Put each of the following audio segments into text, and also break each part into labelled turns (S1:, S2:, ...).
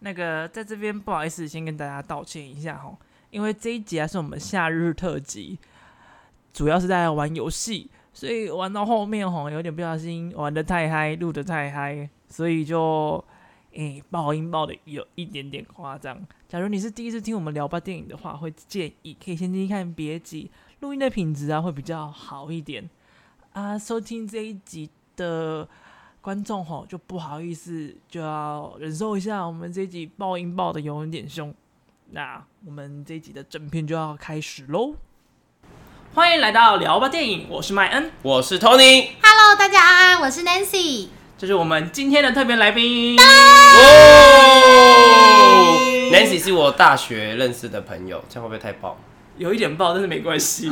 S1: 那个在这边不好意思，先跟大家道歉一下哈，因为这一集啊是我们夏日特辑，主要是在玩游戏，所以玩到后面吼有点不小心玩的太嗨，录的太嗨，所以就诶、爆音爆的有一点点夸张。假如你是第一次听我们聊吧电影的话，会建议可以先听听看别集，录音的品质啊会比较好一点啊。收听这一集的观众吼就不好意思，就要忍受一下我们这一集爆音爆的有点凶。那我们这一集的正片就要开始喽。欢迎来到聊吧电影，我是麦恩，
S2: 我是 Tony。
S3: Hello，大家，我是 Nancy。
S1: 这是我们今天的特别来 宾。
S2: 哦，Nancy 是我大学认识的朋友，这样会不会太爆？
S1: 有一点爆，但是没关系。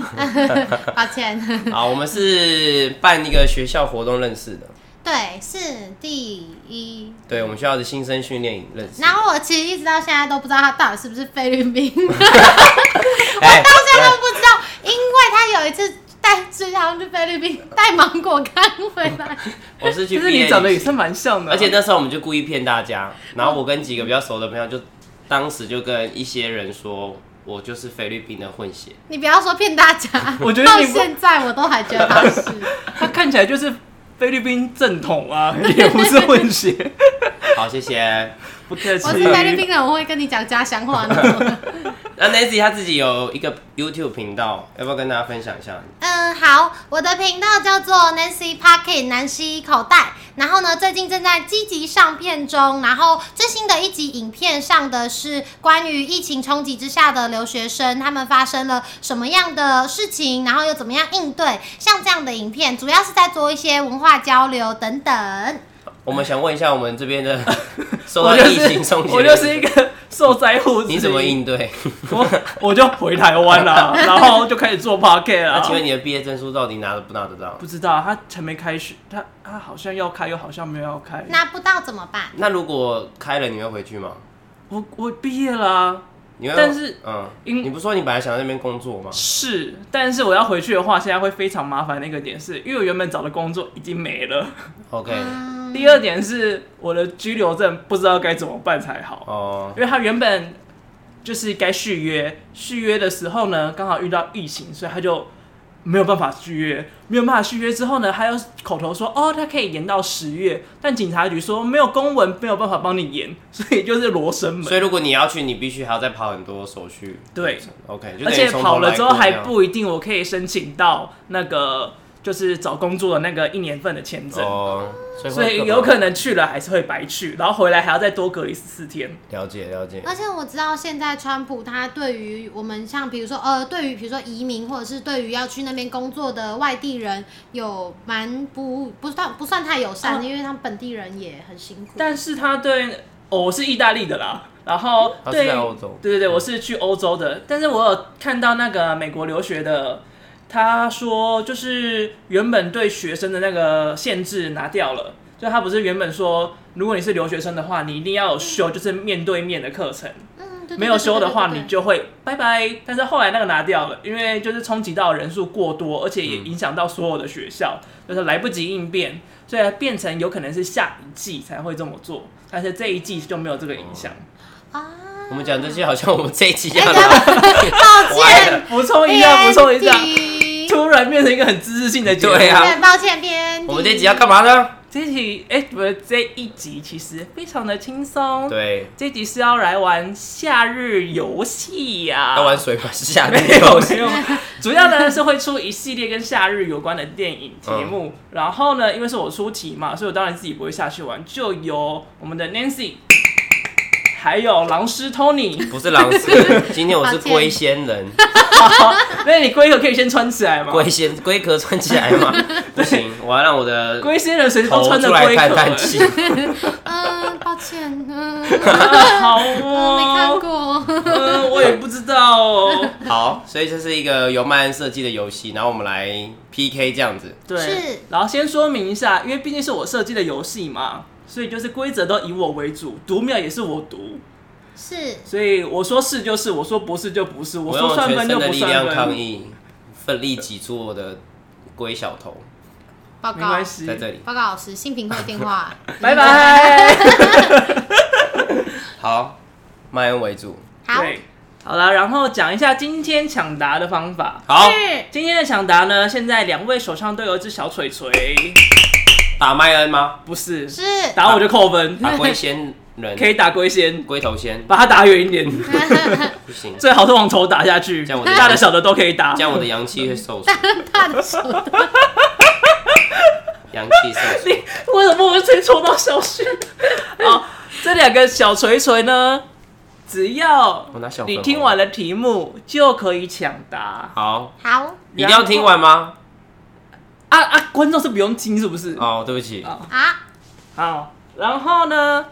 S3: 抱歉，
S1: 嗯
S2: 好，我们是办一个学校活动认识的，
S3: 对，是第一。
S2: 对我们学校的新生训练营认识。
S3: 然后我其实一直到现在都不知道他到底是不是菲律宾，我
S2: 哎，
S3: 到现在都不知道，因为他有一次带志强去菲律宾带芒果干回来，
S2: 我是去
S1: 就是
S2: 毕业
S1: 你长得也
S2: 旅
S1: 是
S2: 行，
S1: 蛮像的啊、
S2: 而且那时候我们就故意骗大家，然后我跟几个比较熟的朋友就当时就跟一些人说。我就是菲律宾的混血，
S3: 你不要说骗大家，
S1: 我觉得
S3: 到
S1: 你不
S3: 现在我都还觉得他是。
S1: 他看起来 就是菲律宾正统 啊，也不是混血。
S2: 好，谢谢。
S1: 不客气
S3: 我是菲律宾人，我会跟你讲家乡话的。
S2: 那 Nancy 她自己有一个 YouTube 频道，要不要跟大家分享一下？
S3: 嗯，好，我的频道叫做 Nancy Pocket 南希口袋，然后呢，最近正在积极上片中，然后最新的一集影片上的是关于疫情冲击之下的留学生，他们发生了什么样的事情，然后又怎么样应对，像这样的影片，主要是在做一些文化交流等等。
S2: 我们想问一下，我们这 边的受
S1: 我
S2: 到
S1: 就
S2: 疫情
S1: 是
S2: 冲击，
S1: 我就是一个受灾户之一。
S2: 你怎么应对？
S1: 我 我就回台湾啦，然后就开始做 p o c k e t
S2: 那
S1: 啦。
S2: 请问你的毕业证书到底拿得不拿得到？
S1: 不知道他还没开始，他他好像要开，又好像没有要开。
S3: 那不知道怎么办？
S2: 那如果开了，你会回去吗？
S1: 我我毕业啊啦、
S2: 你会？
S1: 但是
S2: 嗯，
S1: 因
S2: 你不是说你本来想在那边工作吗？
S1: 是，但是我要回去的话，现在会非常麻烦的一个点是，因为我原本找的工作已经没了。
S2: ？OK，
S3: 嗯，
S1: 第二点是我的居留证不知道该怎么办才好，
S2: 哦，
S1: 因为他原本就是该续约，续约的时候呢，刚好遇到疫情，所以他就没有办法续约，没有办法续约之后呢，他又口头说哦，他可以延到十月，但警察局说没有公文，没有办法帮你延，所以就是罗生门
S2: 所。以如果你要去，你必须还要再跑很多手续。
S1: 对
S2: ，OK，就
S1: 而
S2: 等于
S1: 且
S2: 从
S1: 跑
S2: 头来
S1: 了之后
S2: 过
S1: 还
S2: 这样
S1: 不一定我可以申请到那个就是找工作的那个一年份的签证，
S2: 哦，
S1: 所以有可能去了还是会白去，然后回来还要再多隔离十四天。
S2: 了解了解。
S3: 而且我知道现在川普他对于我们像比如说呃，对于比如说移民或者是对于要去那边工作的外地人，有蛮不不算不算太友善的，
S1: 嗯
S3: 因为他们本地人也很辛苦。
S1: 但是他对、哦、我是意大利的啦，然后
S2: 他是
S1: 对
S2: 在欧洲，
S1: 对对对，我是去欧洲的，但是我有看到那个美国留学的，他说就是原本对学生的那个限制拿掉了，就他不是原本说，如果你是留学生的话，你一定要有修，就是面对面的课程，
S3: 嗯，对对对
S1: 没有修的话
S3: 对对对
S1: 你就会拜拜。但是后来那个拿掉了，因为就是冲击到人数过多，而且也影响到所有的学校，就是来不及应变，所以变成有可能是下一季才会这么做，但是这一季就没有这个影响。
S3: 啊，
S2: 我们讲这些好像我们这一期要
S3: 哎
S2: 聊，
S3: 抱
S2: 歪
S3: 歉
S2: 了，
S1: 补充一
S3: 啊
S1: 下，补充一下。
S3: 编辑
S1: 突然变成一个很知识性的节目。
S2: 对啊
S3: 对，抱歉编，
S2: 我们这一集要干？嘛呢？
S1: 这一集哎，不、是这一集其实非常的轻松。，
S2: 对，
S1: 这一集是要来玩夏日游戏呀。
S2: 要玩水吗？是夏
S1: 没
S2: 天
S1: 有没有，主要呢是会出一系列跟夏日有关的电影节目。
S2: 嗯
S1: 然后呢，因为是我出题嘛，所以我当然自己不会下去玩，就由我们的 Nancy，还有狼师 Tony。
S2: 不是狼师，今天我是
S3: 抱歉
S2: 龟仙人。
S1: 好那你龟壳可以先穿起来吗？
S2: 龟先龟壳穿起来 嘛，不行，我要让我的
S1: 龟仙人随时都
S2: 头
S1: 穿着
S2: 出
S1: 龟
S2: 来
S1: 壳、
S2: 探 探气。
S3: 嗯，抱歉，嗯，
S1: 啊好
S3: 嗯没看
S1: 哦，
S3: 过，
S1: 嗯，我也不知道 哦。
S2: 好，所以这是一个由曼恩设计的游戏，然后我们来 PK 这样子。
S1: 对，
S3: 是
S1: 然后先说明一下，因为毕竟是我设计的游戏嘛，所以就是规则都以我为主，读秒也是我读，
S3: 是
S1: 所以我说是就是，我说不是就不是，我
S2: 用
S1: 说算
S2: 全
S1: 分
S2: 身
S1: 就
S2: 的
S1: 不
S2: 力量
S1: 算
S2: 抗
S1: 分，
S2: 议，奋力挤出我的龟小头，
S3: 报
S1: 没
S3: 告
S1: 关，系
S2: 在。这里。
S3: 报告老师，性平会电话，
S1: 拜拜。
S2: 好，麦恩为主。
S3: 好，
S1: 对，好啦，然后讲一下今天抢答的方法。
S2: 好，
S3: 是
S1: 今天的抢答呢，现在两位手上都有一只小锤锤，
S2: 打麦 恩吗？
S1: 不是
S3: 是，
S1: 打我就扣分，
S2: 打龟仙
S1: 可
S2: 人，
S1: 以打龟仙，
S2: 龟头仙
S1: 把它打远一 点，
S2: 不行，
S1: 最好是往头打下去，
S2: 这样我就
S1: 大的小的都可以打
S2: 这。样我的阳气会受损，
S3: 大的手的，
S2: 阳气受 损。
S1: 为什么我会戳到小旭？好，这两个小锤锤呢，只要
S2: 我拿小粉
S1: 你
S2: 红
S1: 听完了题目就可以抢答
S2: 好，
S3: 好
S2: 一定要听完吗？
S1: 啊啊！观众是不用听是不是？
S2: 哦，对不起，
S1: 啊
S3: 啊，
S1: 好，然后呢，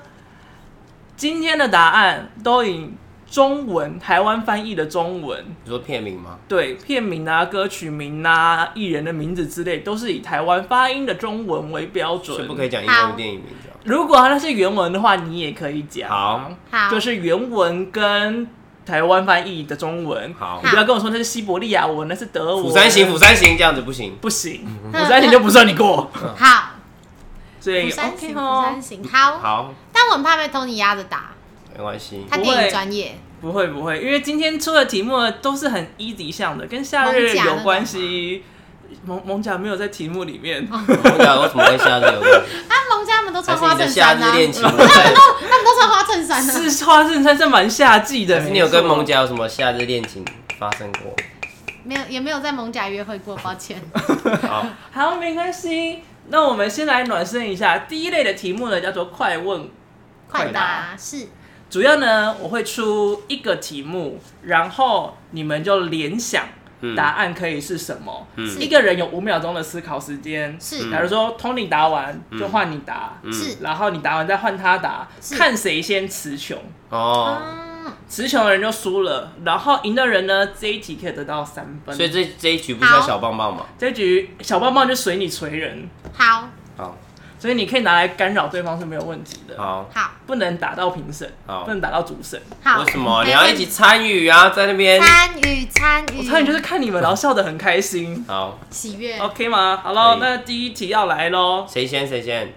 S1: 今天的答案都以中文台湾翻译的中文，
S2: 你说片名吗？
S1: 对片名啊、歌曲名啊、艺人的名字之类，都是以台湾发音的中文为标
S2: 是
S1: 准。
S2: 不可以讲英
S3: 好
S2: 文电影名字哦。
S1: 如果它是原文的话，你也可以讲。
S2: 好，
S3: 好
S1: 就是原文跟台湾翻译的中文。
S2: 好
S1: 你，不要跟我说那是西伯利亚文，那是德文。
S2: 釜山行，釜山行这样子不行。
S1: 不行，
S2: 嗯
S1: 釜山行就不算你过。
S3: 好，
S1: 所以
S3: 釜山
S1: OK
S3: 行，釜
S1: 哦
S3: 山，行，好，
S2: 好，
S3: 但我很怕被 Tony 压着打，
S2: 没关系。
S3: 他
S1: 不
S3: 电
S1: 会
S3: 影专业，
S1: 不会不会，因为今天出的题目都是很 easy 项的，跟夏日有关系。蒙蒙甲没有在题目里面，
S2: 我讲为什么跟夏日有 关系？
S3: 啊，龙家们都
S2: 还
S3: 穿
S2: 是你
S3: 花
S2: 的
S3: 衬
S2: 夏
S3: 衫啊
S2: 日，恋情？
S3: 他们都穿花衬衫 啊，
S1: 是花衬衫是蛮夏季的。
S2: 还是你有跟蒙
S1: 甲？
S2: 甲有什么夏日恋情发生过？
S3: 没有也没有在蒙甲约会过，抱 歉，
S2: 好，
S1: 好，没关系。那我们先来暖身一下，第一类的题目呢叫做快问
S3: 快
S1: 快答
S3: 答是，
S1: 主要呢，我会出一个题目，然后你们就联想
S2: 嗯
S1: 答案可以是什么。
S3: 是
S1: 一个人有五秒钟的思考时间。
S2: 嗯
S3: 是
S1: 假如说 Tony 答完，就换你答，
S3: 是
S1: 然后你答完再换他答，
S3: 是
S1: 看谁先词穷。
S2: 哦，
S3: 嗯，
S1: 词穷的人就输了，然后赢的人呢，这一题可以得到三分。
S2: 所以这这一局不是要
S3: 好
S2: 小棒棒吗？
S1: 这局小棒棒就随你锤人，
S3: 好
S2: 好，
S1: 所以你可以拿来干扰对方是没有问题的，
S2: 好，
S3: 好
S1: 不能打到评审，
S2: 好
S1: 不能打到主审。
S3: 好，
S2: 为什么你要一起参与啊？在那边，
S3: 参与参与？
S1: 我差点就是哦看你们，然后笑得很开心。
S2: 好，
S3: 喜悦，
S1: OK 吗？好喽
S2: 嗯可，以
S1: 那第一题要来喽。
S2: 谁先谁先？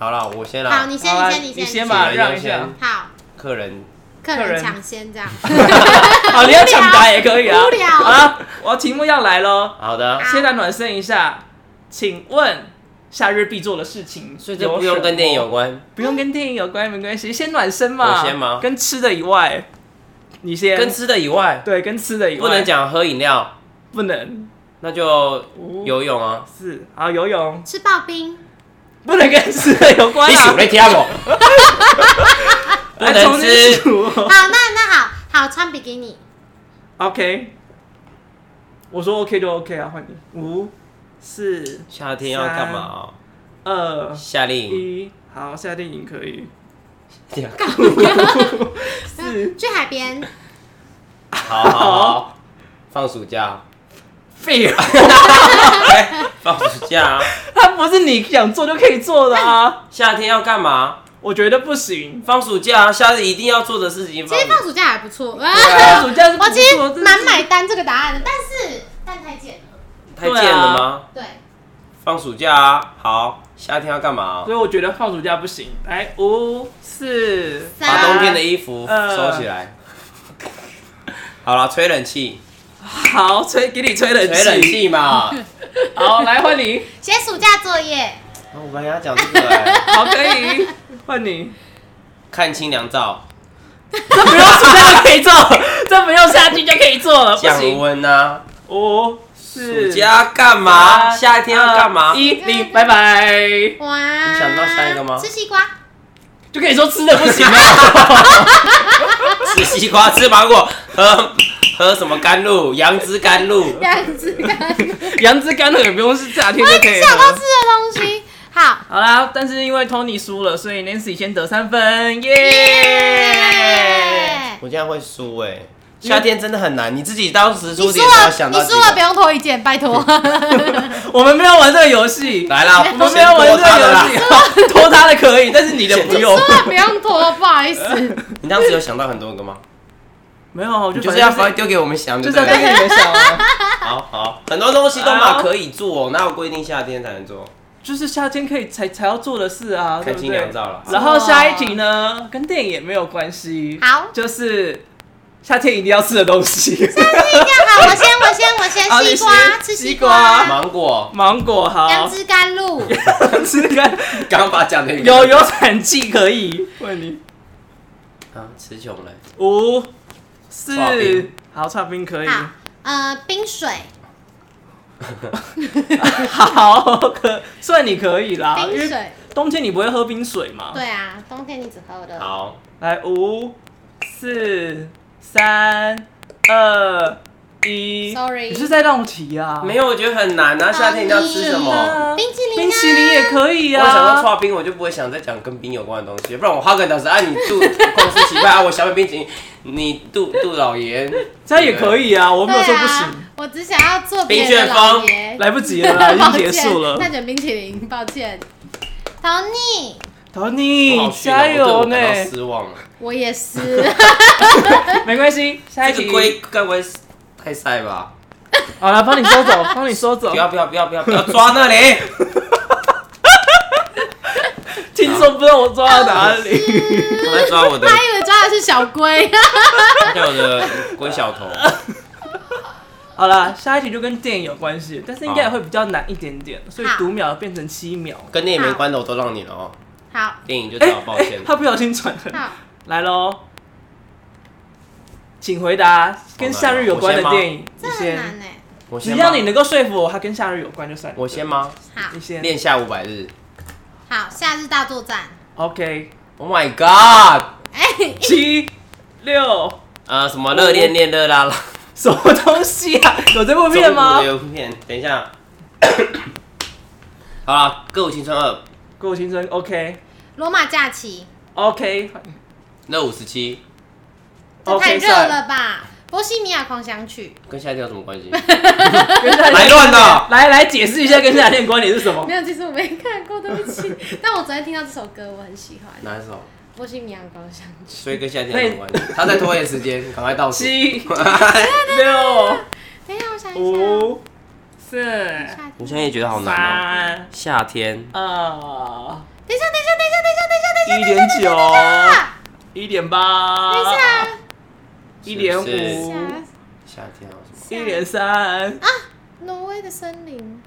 S2: 好了，我先
S3: 好，
S2: 啦。
S3: 你先
S1: 好啦啊
S3: 你先
S1: 你
S3: 先
S1: 先吧，
S2: 先
S1: 让一
S2: 先
S1: 下。
S3: 好，
S2: 客人，
S3: 客
S1: 客人
S3: 人抢先这样，
S1: 好，哦你要抢答也可以啊。
S3: 啊无聊
S1: 好啦，我题目要来喽，
S2: 好的，
S3: 好
S1: 先来暖身一下。请问夏日必做的事情，
S2: 所以这不用跟电影有
S1: 关，
S2: 关，
S1: 不用跟电影有关，没关系，先暖身嘛。
S2: 我先吗
S1: 跟吃的以外，你先。
S2: 跟吃的以外，
S1: 对，跟吃的以外
S2: 不能，讲喝饮料，
S1: 不能
S2: 那就游泳啊。
S1: 是好游泳，
S3: 吃刨冰，
S1: 不能跟吃的有关
S2: 你
S1: 啊
S2: 想。 来听我？ 不
S1: 来重
S2: 能
S1: 新
S2: 吃，
S1: 数 哦
S3: 好，那那好好穿比基尼，
S1: OK，我说 OK 就 OK 啊，换你。五、四、
S2: 夏天要干嘛啊？
S1: 二、
S2: 夏令营，
S1: 一，好，夏令营可以。 是
S3: 去海边，
S2: 好好好，放暑 假，
S1: 废 话，
S2: 放暑假啊，
S1: 它不是你想做就可以做的啊！
S2: 夏天要干嘛？
S1: 我觉得不行。
S2: 放暑假啊，夏日一定要做的事情。
S3: 其实放暑假还不错，
S1: 啊暑假是不
S3: 我
S1: 错
S3: 其实
S1: 这是
S3: 蛮买单这个答案的，但是但太贱了，
S2: 太贱了吗？
S3: 对，
S2: 放暑假啊，好，夏天要干嘛啊
S1: 所？以我觉得放暑假不行。来，五、四，
S3: 三
S2: 把冬天的衣服
S1: 呃
S2: 收起来。好了，吹冷气，
S1: 好，吹给你吹冷
S2: 吹冷
S1: 气。
S2: 气嘛。
S1: 好，来换 你，
S3: 写暑假作业，
S2: 哦我本来要讲这个欸，
S1: 好，可以换你。
S2: 看清凉照、
S1: 这不用暑假就可以做，这不用夏季就可以做了，不
S2: 降
S1: 行。
S2: 温啊。
S1: 五、
S2: 暑
S1: 四，
S2: 假干嘛？
S1: 三
S2: 夏天要干嘛
S1: 二？一零，拜拜。
S3: 哇，
S2: 你想到下一个吗
S3: 吃西瓜，
S1: 就跟你说吃的不行 啊。
S2: 吃西瓜，吃芒果，喝喝什么甘露？杨枝甘露
S3: 这。样 子看，
S1: 杨枝甘露也不用是夏天就可以
S3: 想到
S1: 了
S3: 吃。的东西， 好，
S1: 好啦，但是因为 Tony 输了，所以 Nancy 先得三分，耶、
S2: 哎
S3: 耶
S2: 我这样会输哎、夏天真的很难，你自己当时
S3: 你
S2: 出
S3: 输
S2: 题的时候
S3: 了，
S2: 想
S3: 你
S2: 到
S3: 输了，
S2: 几
S3: 不
S2: 个？哎
S3: 用拖一件，拜托。
S1: 我们没有玩这个游戏，
S2: 来啦，
S1: 我
S2: 不
S1: 们没
S2: 先
S1: 有玩这
S2: 多他的
S1: 个
S2: 啦啊
S1: 游。戏啊， 拖他的可以，但是你的不用
S3: 输。了不用拖，不好意思。
S2: 你当时有想到很多个 吗？
S1: 没有，啊我就
S2: 你就是要
S1: 反
S2: 放
S1: 正
S2: 丢给我们想
S1: 就
S2: 就是
S1: 要
S2: 对
S1: 跟
S2: 了，
S1: 你们想啊。
S2: 好好，很多东西都嘛
S1: 好
S2: 可以做，哪有规定夏天才能做？
S1: 就是夏天可以才才要做的事啊，对
S2: 看
S1: 不
S2: 清
S1: 对
S2: 凉？照了。
S1: 然后下一题呢，跟电影也没有关系，
S3: 好
S1: 就是夏天一定要吃的东西，
S3: 好，我先，我先，我先，
S1: 好你
S3: 西瓜，
S1: 先
S3: 吃西
S1: 西瓜
S3: 瓜，
S2: 芒果，
S1: 芒果
S3: 杨
S1: 好，
S3: 枝甘露，
S1: 吃个
S2: 刚刚把它讲 的
S1: 有有产季可以。问你
S2: 啊，词穷了。
S1: 五
S2: 刨
S1: 四
S2: 冰
S1: 好，差冰可以，
S3: 好，呃，冰水，
S1: 好可算你可以啦，因
S3: 冰
S1: 为
S3: 水，
S1: 冬天你不会喝冰水嘛。
S3: 对啊，冬天你只喝的，
S2: 好，
S1: 来五四三二一
S3: Sorry
S1: 你是在让我提啊？
S2: 没有，我觉得很难啊。夏天你要吃什么？
S1: 啊
S3: 冰淇淋啊
S1: 冰淇淋也可以
S2: 我
S1: 啊。
S2: 想到刨冰，我就不会想再讲跟冰有关的东西，不然我花个小时啊，你肚 公司奇怪啊，我小美冰淇淋，你杜杜老爷，
S1: 这样也可以啊，我没有说
S3: 对
S1: 不
S3: 啊
S1: 行，，
S3: 我只想要做别
S2: 冰
S3: 的
S2: 旋
S3: 老
S2: 风
S3: 爷，
S1: 来不及了 啦，已经
S3: 抱
S1: 结
S3: 歉，
S1: 束了。
S3: 蛋卷冰淇淋，抱歉。Tony，
S2: 我
S1: Tony，
S2: 好逊哦
S1: 加油
S2: 我
S1: 呢
S2: 对我！感到失望了。
S3: 我也是。
S1: 没关系，下一
S2: 这
S1: 题
S2: 个，龟该不会是太晒吧？
S1: 好了，帮你收走，帮你收走
S2: 不。要不要不要不要不要抓那里！
S1: 听说不知道我抓到哪里，
S2: 他在抓 我的，
S3: 他以为抓的是小龟，
S2: 他叫我的龟小头。
S1: 好了，下一题就跟电影有关系，但是应该也会比较难一点点，所以
S3: 好
S1: 读秒变成七秒。
S2: 跟电影没关的我都让你了哦，
S3: 好
S2: 电影就
S1: 哎
S2: 只好抱
S1: 哎
S2: 歉，。
S1: 他不小心转了，
S3: 好，
S1: 来喽，请回答跟夏日有关的电影。
S3: 这
S1: 你
S3: 很难
S1: 先，
S3: 呢。
S2: 我
S1: 只
S2: 先
S1: 要
S2: 吗
S1: 你？能够说服我，它跟夏日有关就算。
S2: 我先吗？
S3: 好
S1: 你先
S2: 练下五百日。
S3: 好，夏日大作战。
S1: ，OK，
S2: Oh my god！
S3: 哎，
S1: 七六
S2: 呃，什么热
S1: 哦
S2: 恋恋热啦啦，
S1: 什么东西啊？ 有这部片吗
S2: 中国？的有片，等一下。 好啦，《歌舞青春二》
S1: 《过青春》OK
S3: 罗马假期，
S1: OK
S2: 那五十七
S3: 这太
S1: OK，
S3: 热了吧？波西米亚狂想曲
S2: 跟夏天有什么 关系？
S1: 来啊
S2: 来乱啊的，
S1: 来来解释一下跟夏天的关联是什么
S3: 没？有，其实我没看过，对不起。但我昨天听到这首歌，我很喜欢。
S2: 哪一首？
S3: 波西米亚狂想曲，
S2: 所以跟夏天有什么关系？他在拖延时间，赶快倒 数。
S1: 七六
S3: 等一下，我想一下。
S1: 五四
S3: 夏天
S2: 我现在也觉得好难哦。哦
S1: 三
S2: 夏天，
S1: 哦二
S3: 等一下，等一下，等一下，等一下，等一下，等一下，
S1: 一点九
S3: 啊
S1: 一点八
S3: 等一下，
S1: 啊一点
S2: 是
S1: 五
S2: 夏天还有什么？
S1: 一点三
S3: 啊挪威的森林。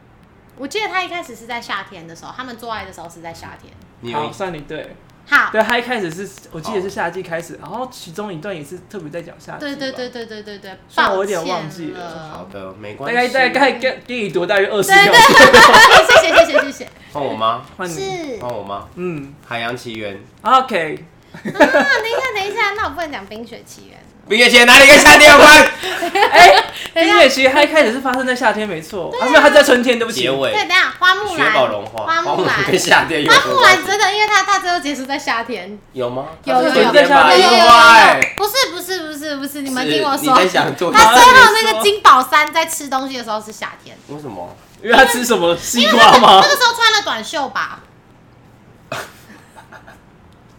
S3: 我记得他一开始是在夏天的时候，他们做爱的时候是在夏天。
S2: 你有
S1: 好
S2: 印
S1: 算你对
S3: 好，
S1: 对，它一开始是我记得是夏季开始，然后其中一段也是特别在讲夏季吧，
S3: 对对对对对对对，
S1: 啊虽然
S3: 抱
S1: 我有
S3: 歉哦
S1: 点忘记了
S2: 好的，没
S1: 大
S2: 关
S1: 概
S2: 系。
S1: 大概给给你多大约二十
S3: 对
S1: 秒
S3: 对，谢谢谢谢谢谢，
S2: 换我吗？
S1: 换 你
S3: 是
S2: 换我吗？
S1: 嗯
S2: 海洋奇缘，
S1: OK
S3: 啊，等一下等一下，那我不能讲《冰雪奇缘
S2: 冰雪奇缘哪里跟夏天有关？
S1: 哎，冰雪奇缘它一开始是发生在夏天，没错，啊没有，它是在春天，对不起
S2: 结》。尾
S3: 对，等一下花木
S2: 雪
S3: 兰，
S2: 宝融化，
S3: 花木兰，
S2: 跟夏天有
S3: 花木兰
S2: 关系
S3: 真的，因为它它最后结束在夏天。
S2: 有吗？
S3: 有有有
S2: 春天吧
S1: 有
S2: 樱
S1: 有有
S2: 花哎，
S3: 不是不是不是不是，你们
S2: 是
S3: 听我说
S2: 你，在想做
S3: 它
S1: 他
S3: 最后那个金宝山在吃东西的时候是夏天，
S2: 为什么？
S1: 因为他吃什么西瓜吗
S3: 那？个时候穿了短袖吧。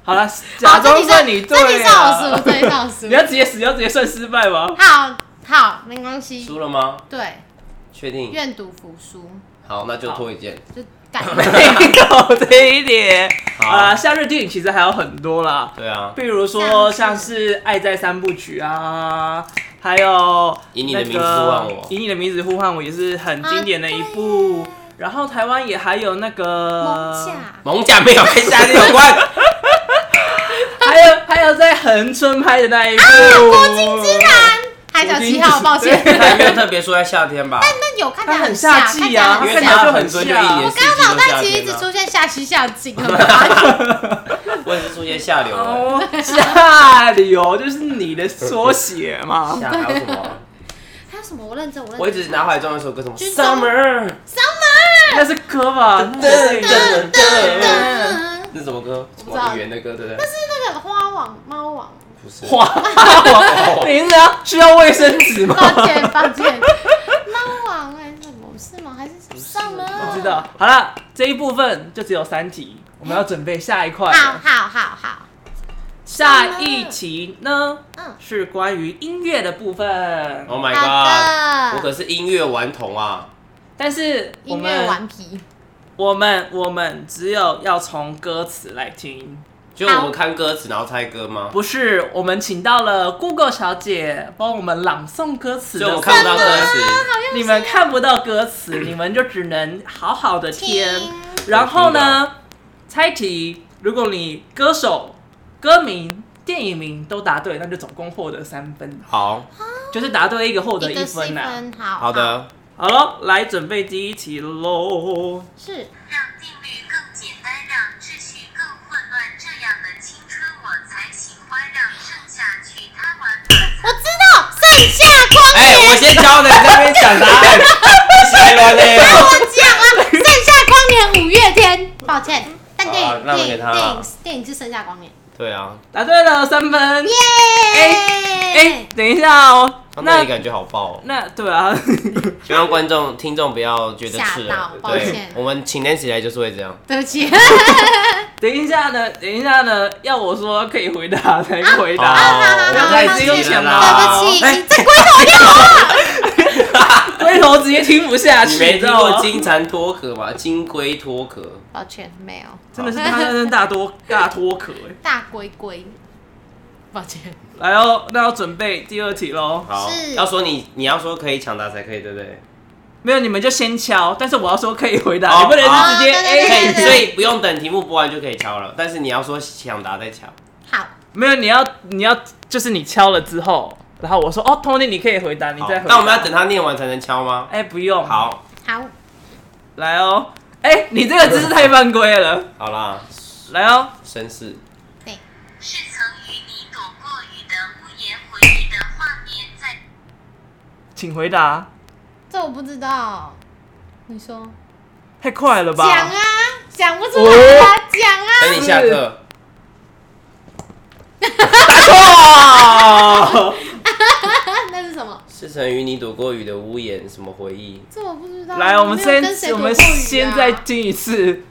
S1: 好了，假
S3: 哦
S1: 装算你
S3: 这里
S1: 对
S3: 算我输，
S1: 了。
S3: 这里 算我输
S1: 你。要直接死，要直接算失败吗？
S3: 好好，没关系。
S2: 输了吗？
S3: 对，
S2: 确定？
S3: 愿赌服输，
S2: 好，那就脱一件。
S3: 就感
S1: 没有这一点。
S2: 好
S1: 啊，夏日电影其实还有很多啦，
S2: 对啊，
S1: 比如说
S3: 像
S1: 像是《爱在三部曲》啊，还有
S2: 以你
S1: 那
S2: 的
S1: 个
S2: 名字呼唤我
S1: 以你的名字呼唤我》也是很经典的一部
S3: 啊对。
S1: 然后台湾也还有那
S3: 蒙
S1: 个，
S3: 甲。
S2: 蒙甲没有跟夏天有关。
S1: 还有还有在恒春拍的那一部《
S3: 国境之南，海角七号，抱歉。
S2: 还没有特别说在夏天吧，
S3: 那有看起
S1: 它
S3: 来
S1: 很
S3: 夏，
S1: 夏
S3: 看起
S1: 季
S3: 来
S1: 啊，它
S3: 很
S2: 因
S1: 看
S2: 为
S1: 起
S3: 夏。
S1: 来就很
S2: 很春就一
S1: 夏
S2: 年四。
S3: 刚刚脑袋其实一
S2: 季
S3: 直
S2: 都夏天啊。
S3: 出现下虚 下静，很烦
S2: 我也是出现下流了。
S1: 哦，下流就是你的缩写嘛。
S2: 下还有什么？
S3: 还有什么？我认真，我认真。
S2: 我一直脑海中有首歌，什么
S3: 就是
S2: Summer，
S1: 那是歌吧？
S2: 噔
S1: 对
S2: 噔噔噔，
S3: 嗯，
S2: 那什么歌？什
S3: 我不知道
S2: 么语言的歌，对不对？
S3: 那个花网猫网，
S2: 不是，
S1: 花花名字啊，需要卫生纸吗？
S3: 抱歉抱歉，猫网哎还是什么？是吗？还是什么？
S1: 不知。道。好了，这一部分就只有三题，我们要准备下一块了。
S3: 好好好好，
S1: 下一题呢
S3: 嗯，
S1: 是关于音乐的部分，
S2: Oh my
S3: 好
S2: god！
S3: 的
S2: 我可是音乐顽童啊！
S1: 但是我
S3: 音乐
S1: 们
S3: 顽皮，
S1: 我们我们只有要从歌词来听，
S2: 就我们看歌词然后猜歌吗？
S1: 不是我们请到了 Google 小姐帮我们朗诵歌词
S2: 就我
S1: 的
S2: 们看不到歌
S1: 部分
S2: 词，
S1: 你们看不到歌词，你们就只能好好的听。
S3: 听
S1: 然后呢，猜题，如果你歌手、歌名、电影名都答对，那就总共获得三分，
S2: 好
S1: 就是答对一个获得
S3: 一个是
S1: 分
S3: 一
S1: 呐、
S3: 分，好
S2: 好，的，
S1: 好喽，来准备第一题喽。
S3: 是
S4: 让定律更简单，让秩序更混乱，这样的青春我才喜欢。让盛夏去贪玩，
S3: 我知道盛夏光
S2: 哎、
S3: 年，
S2: 我先教你这边讲答案，太乱
S3: 让
S2: 了。
S3: 我讲啊，盛夏光年五月天，抱歉，但电
S2: 好
S3: 影
S2: 让我
S3: 电
S2: 给
S3: 影
S2: 他
S3: 电影电影是盛夏光年，
S2: 对啊，
S1: 答对了，三分。耶！哎、
S3: 耶，
S1: 等一下哦，
S2: 他那
S1: 那
S2: 里感觉好爆、哦，
S1: 那对啊，
S2: 希望观众听众不要觉得刺
S3: 吓到
S2: 耳。
S3: 抱
S2: 对
S3: 歉，
S2: 我们请 Nancy 来就是会这样。
S3: 对不起，
S1: 等一下呢，等一下呢，要我说可以回答才回答。
S2: 啊好
S1: 我刚才已经用钱
S2: 好
S1: 包，
S3: 对不起，
S2: 哎
S3: 你这龟头又
S1: 龟头直接听不下去，
S2: 你没
S1: 知
S2: 听
S1: 道
S2: 过
S1: 吗？
S2: 金蝉脱壳吗？金龟脱壳，
S3: 抱歉，没有
S1: 真的是他真的大多大脱壳哎。
S3: 大龟龟，抱歉，
S1: 来哦，那要准备第二题喽。
S2: 好
S3: 是，
S2: 要说你你要说可以抢答才可以，对不对？
S1: 没有，你们就先敲，但是我要说可以回答，
S2: 哦
S1: 你不能
S2: 哦
S1: 是直接
S3: 对对对
S1: A。
S3: 对
S2: 所以不用等题目播完就可以敲了，但是你要说抢答再敲。
S3: 好，
S1: 没有，你要你要就是你敲了之后，然后我说哦，Tony，你可以回答，你
S2: 好
S1: 再回答。
S2: 那我们要等他念完才能敲吗？
S1: 哎，不用。，
S2: 好，
S3: 好，
S1: 来哦。哎，你这个姿势太犯规了。
S2: 好啦，
S1: 来哦，
S2: 绅士，
S3: 对，
S4: 是曾与你躲过雨的屋檐，回忆的画面在。
S1: 请回答。
S3: 这我不知道，你说
S1: 太快了吧？哦哎
S3: 讲啊，讲不出来啊，讲啊，
S2: 等你下课。
S3: 啊
S1: 错。
S3: 那是什么？
S2: 是曾与你躲过雨的屋檐，什么回忆？
S3: 这我不知道。
S1: 来，我们
S3: 没有跟
S1: 先
S3: 谁
S1: 我
S3: 躲
S1: 们
S3: 过雨啊
S1: 先再听一次。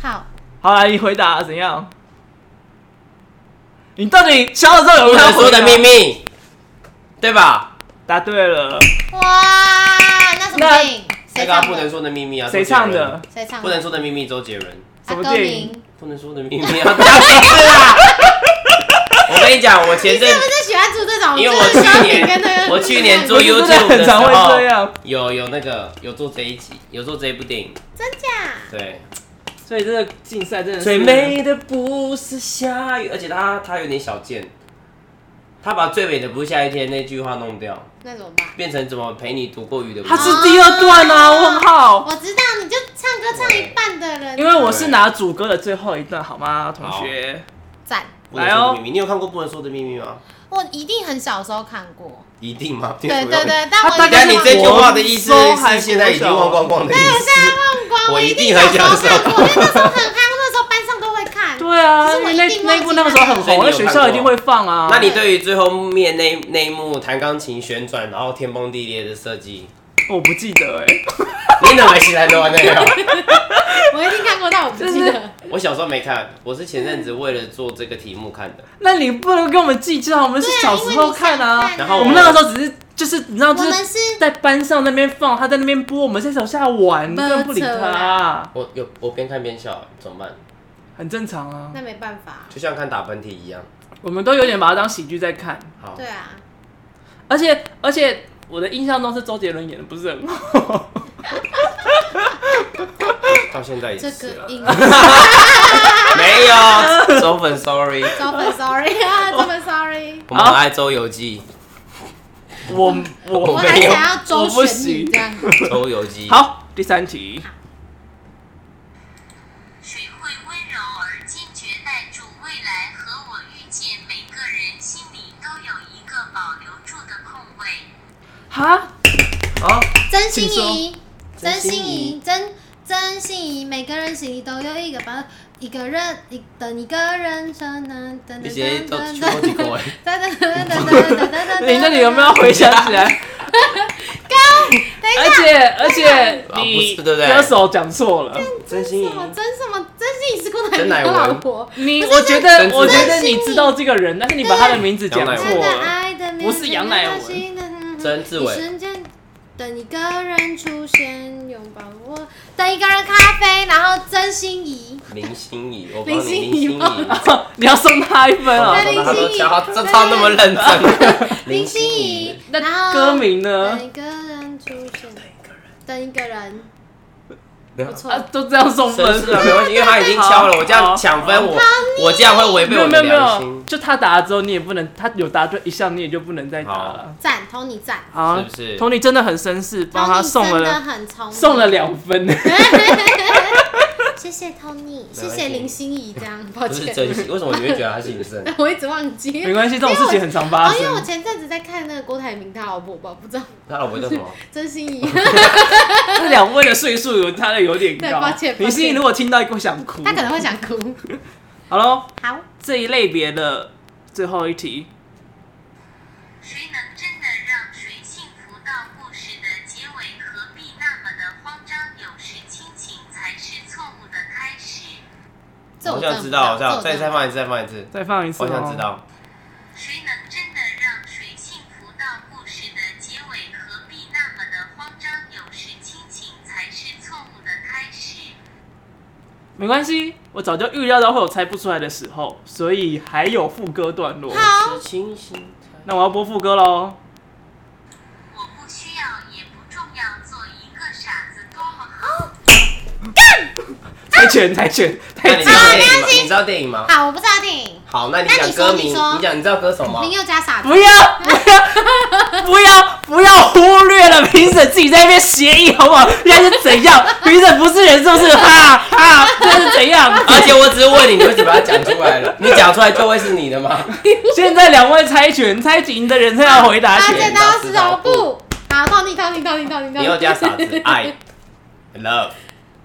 S3: 好，
S1: 好来，你回答怎样？你到底敲了之后有
S2: 不
S1: 没有
S2: 能说
S1: 回答
S2: 的秘？密，对吧？
S1: 答对了，
S3: 哇，那什么
S1: 那
S3: 电影？
S2: 那
S3: 谁
S2: 个啊
S3: 唱
S2: 不能
S3: 的？
S2: 说的秘密啊，
S1: 谁
S2: 周杰伦
S1: 唱的？？
S3: 谁唱的？啊
S2: 不能说的秘密，周杰伦。
S1: 什么
S3: 阿歌
S1: 电影
S3: 名
S2: 不能说的秘密啊， 不要解释 啦！我跟你讲，我前
S3: 你是
S2: 阵
S3: 不是喜欢出这种？
S2: 因为我
S3: 就是小
S2: 去
S3: 品
S2: 年
S3: 跟那个
S2: 我去年做
S1: 我真的
S2: YouTube 的
S1: 很
S2: 时
S1: 常会
S2: 候
S1: 这样，
S2: 有有那个有做这一集，有做这一部电影，
S3: 真假？
S2: 对。
S1: 所以这个竞赛真的是
S2: 最美的不是下雨，而且他他有点小贱，他把最美的不是下雨天那句话弄掉，
S3: 那怎么办？
S2: 变成怎么陪你度过雨的。
S1: 它是第二段啊，
S3: 哦
S1: 问号。
S3: 我知道，你就唱歌唱一半的人，
S1: 因为我是拿主歌的最后一段，好吗，同学？
S3: 赞，
S2: 不能说
S1: 哦
S2: 的秘密，你有看过《不能说的秘密》吗？
S3: 我一定很小时候看过。
S2: 一定吗？
S3: 对对。对，但
S1: 他
S3: 我
S1: 大
S3: 一
S1: 概
S2: 但
S3: 定
S2: 你
S1: 是
S2: 这
S1: 我
S2: 句话的意思
S1: 国中还
S2: 是现在已经忘光光的意
S3: 我现在
S2: 思。
S3: 忘光，
S2: 我
S3: 我
S2: 一定
S3: 小
S2: 很
S3: 时
S2: 小
S3: 候
S2: 时
S3: 看
S2: 候
S3: 过，因为那时候 很夯，那时候班上都会看。
S1: 对啊，
S3: 可是
S1: 因
S3: 我
S1: 为
S3: 一
S1: 那
S3: 定忘
S1: 那
S3: 记
S1: 一部那个时候很
S2: 所以
S1: 红，那
S2: 你有
S1: 学
S2: 看
S1: 校一
S2: 过
S1: 定会放啊。
S2: 那你对于最后面那那一幕弹钢琴旋转，然后天崩地裂的设计，
S1: 我不记得哎，
S2: 你怎么没期待到那个？
S3: 我一定看过，但我不记得。
S2: 我小时候没看，我是前阵子为了做这个题目看的。
S1: 那你不能跟我们计较，我们是小时候看啊
S3: 啊对啊因为你想看啊。
S2: 然后
S1: 我们那个时候只是就是你知道，就
S3: 我们是
S1: 在班上那边放，他在那边播，我们在手下玩，根本不理
S3: 没错
S1: 他
S3: 啦，
S2: 我有我边看边笑，怎么办？
S1: 很正常啊。
S3: 那没办法，
S2: 就像看打喷嚏一样。
S1: 我们都有点把它当喜剧在看，
S2: 好，
S3: 对啊，
S1: 而且而且我的印象中是周杰伦演的不是很 好。
S2: 到现在也
S3: 这
S2: 是
S1: 啊
S3: 个
S2: 了。
S3: 音
S2: 没有，周粉 sorry，
S3: 高分 sorry 啊，这么 sorry，
S2: 我们很爱周游记，
S1: 我我
S3: 我
S2: 我
S3: 还
S2: 没有
S3: 想要周
S1: 我不
S3: 旋你
S1: 行
S3: 这样。
S2: 周游记。，
S1: 好，第三题，
S4: 水会温柔而坚决带住未来和我遇见每个人心里都有一个保留住的空位。
S1: 哈，
S2: 好，
S3: 真心仪，
S2: 请说
S3: 真心仪，真真心仪，每个人心里都有一个吧，一个人一的一个人生啊呢，噔
S2: 你直接都去摸几个哎
S3: 噔噔噔噔噔噔 噔
S1: 你那你有没有回想起 来？
S3: 等一
S1: 而
S3: 下，
S1: 且而且
S2: 啊不
S1: 你
S2: 是对不对
S1: 歌手讲错了，
S2: 真心
S3: 什
S2: 赢。
S3: 么真什么真心仪是郭台
S2: 真
S3: 铭
S2: 乃
S3: 的
S2: 文
S3: 老婆，
S1: 你
S3: 不
S1: 我
S3: 是
S1: 觉
S2: 真
S1: 得
S2: 是
S1: 我觉得
S3: 真
S1: 你
S3: 心
S1: 知道这个人，但是你把他的名字讲
S2: 杨乃
S1: 错
S2: 文
S3: 真的
S1: 了。
S3: 爱的
S1: 不是杨乃文
S3: 文
S2: 曾志伟
S3: 一瞬间等一个人出现，拥抱我。等一个人咖啡，然后真心怡。
S2: 林心怡，我帮你
S3: 林
S2: 林
S3: 心
S2: 心
S3: 怡
S2: 怡，
S3: 吗
S1: 你要送他一分
S2: 哦
S1: 啊、
S3: 对林
S2: 他
S3: 心
S2: 都
S3: 怡
S2: 敲这操那么认真，
S3: 林心怡，然
S1: 那
S3: 后
S1: 歌名呢
S3: 等？一个人出现，等一个人，
S2: 对啊
S3: 不错
S1: 啊，，都这样送
S2: 是
S1: 分
S2: 是啊，没关系，因为他已经敲了，我这样抢分，我我这样会违
S1: 没
S2: 背
S1: 有
S2: 我
S1: 没
S2: 的
S1: 有没
S2: 良
S1: 有，
S2: 心，
S1: 就他答了之后，你也不能，他有答对一项，你也就不能再答
S2: 好
S1: 了。
S3: 赞，Tony 赞
S1: 好啊
S2: 是不是
S1: ，Tony 真的很绅士，帮他
S3: ，Tony
S1: 送
S3: 真的
S1: 了
S3: 很聪明，
S1: 送了两分。
S3: 谢谢 Tony，
S2: 系
S3: 谢谢林心怡，这样抱
S2: 不是
S3: 歉，
S2: 真心。为什么你会觉得他姓盛？
S3: 我一直忘记
S1: 没。关系，这种事情很常发
S3: 哦，因为我
S1: 生。
S3: 前阵子在看那个郭台铭他老婆吧，不知道
S2: 他老婆叫什么？
S3: 真心怡，
S1: 这两位的岁数有差的有点
S3: 对
S1: 高
S3: 抱歉。抱
S1: 林心怡
S3: 歉
S1: 如果听到，会想哭。
S3: 他可能会想哭。
S1: 好喽，
S3: 好，
S1: 这一类别的最后一题，
S4: 谁能真的让谁幸福到故事的结尾？何必那么的慌张？有时亲情才是错误的开始。
S3: 这
S2: 我
S3: 真的
S2: 想
S3: 不
S2: 知道，我
S3: 这
S2: 想
S3: 我
S2: 再
S3: 真的
S2: 再放一次，再放一次，
S1: 再放一次、哦
S2: 我想知。道。
S4: 谁能真的让谁幸福到故事的结尾？何必那么的慌张？有时亲情才是错误的开始。
S1: 没关系，我早就预料到会有猜不出来的时候，所以还有副歌段落。
S3: 好，
S2: 清醒。
S1: 那我要播副歌喽。
S4: 我不需要，也不重要，做一个傻子多么好。
S1: 猜拳，猜拳，
S2: 那
S1: 猜
S2: 你
S1: 拳
S2: 知。道电影吗？你知道电影吗？
S3: 好，我不知道电影，
S2: 好，那你
S3: 那
S2: 讲
S3: 你说
S2: 歌名，
S3: 你说
S2: 你讲你知道歌手吗？
S3: 林宥嘉傻子
S1: 不要，不要， 不要忽略了评审自己在那边协议好不好？人家是怎样？评审不是人是不是？哈哈，这是怎 样？
S2: 而且我只是问你，你为什么要讲出来了？你讲出来就会是你的吗？
S1: 现在两位猜拳，猜赢的人才要回答
S3: 发
S1: 拳
S3: 现。到石头布。好，Tony Tony Tony Tony
S2: 你又
S3: Tony。
S2: 加傻 子哎爱 love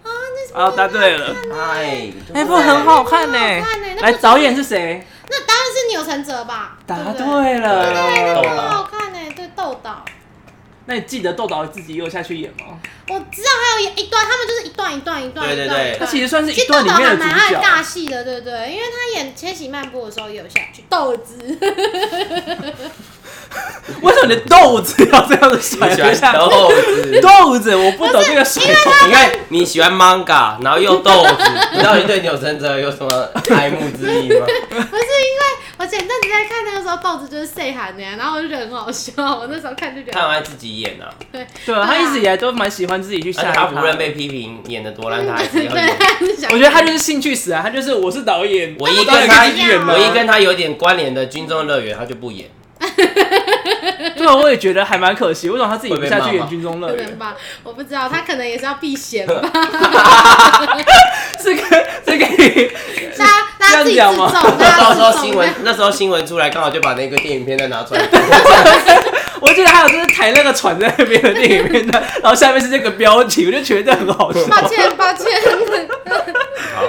S3: 啊，那是
S1: 啊，答对了，
S2: 哎爱，
S1: 那部哎很好看呢、
S3: 很好看欸那部
S1: 来，导演是谁？
S3: 那当然是钮承泽吧？
S1: 答
S3: 对不对，
S1: 对了。
S2: 豆
S3: 很
S2: 导
S3: 好看呢，对豆导。
S1: 那你记得豆导自己又下去演吗？
S3: 我知道还有一哎段，他们就是一段一段一段一
S2: 对对
S3: 段
S2: 对
S3: 一段。
S1: 他其实算是
S3: 其
S1: 一
S3: 实豆
S1: 段里
S3: 导还
S1: 面的
S3: 蛮
S1: 主角。
S3: 爱尬戏的，对不对？因为他演《千禧漫步》的时候也有下去豆子，
S1: 为什么你的豆子要 这样子甩
S2: 你喜欢
S1: 下去？
S2: 豆子。
S1: 豆子，我不懂这个水。啊
S2: 你看，你喜欢 manga，然后又豆子，你到底对钮承泽有什么爱慕之意 吗？
S3: 不是因为我前阵子在看那个时候豆子就是岁寒的呀，然后我就觉得很好笑，我那时候看就觉
S2: 他很
S3: 得
S2: 爱自己演啊，
S1: 对啊，他一直以来都蛮喜欢自己去
S2: 而
S1: 下
S2: 且
S1: 一
S2: 他
S1: 趴
S2: 无论被批评演的多烂，他还是
S3: 对，
S2: 要演。
S3: 他是想
S1: 我觉得他就是兴趣使然，他就是我是导演，
S2: 唯一
S1: 我当
S2: 跟
S1: 然
S2: 他
S1: 可以去演啊
S2: 唯一跟他有点关联的《军中乐园》，他就不演。
S1: 对啊，我也觉得还蛮可惜，为什么他自己不下去
S2: 会被骂
S1: 演
S2: 吗
S1: 军中乐
S3: 可能
S1: 园？
S3: 吧，我不知道，他可能也是要避嫌吧，
S1: 这个这个，
S3: 大家大家自
S1: 这
S3: 己自
S1: 样讲
S3: 重，
S1: 吗
S3: 大家
S2: 到时
S3: 自重
S2: 候新闻， 那时候新闻出来，刚好就把那个电影片再拿出来。
S1: 我记得还有就是抬那个船在那边的电影里面的，然后下面是这个标题，我就觉得很好笑。
S3: 抱歉抱歉，
S2: 好，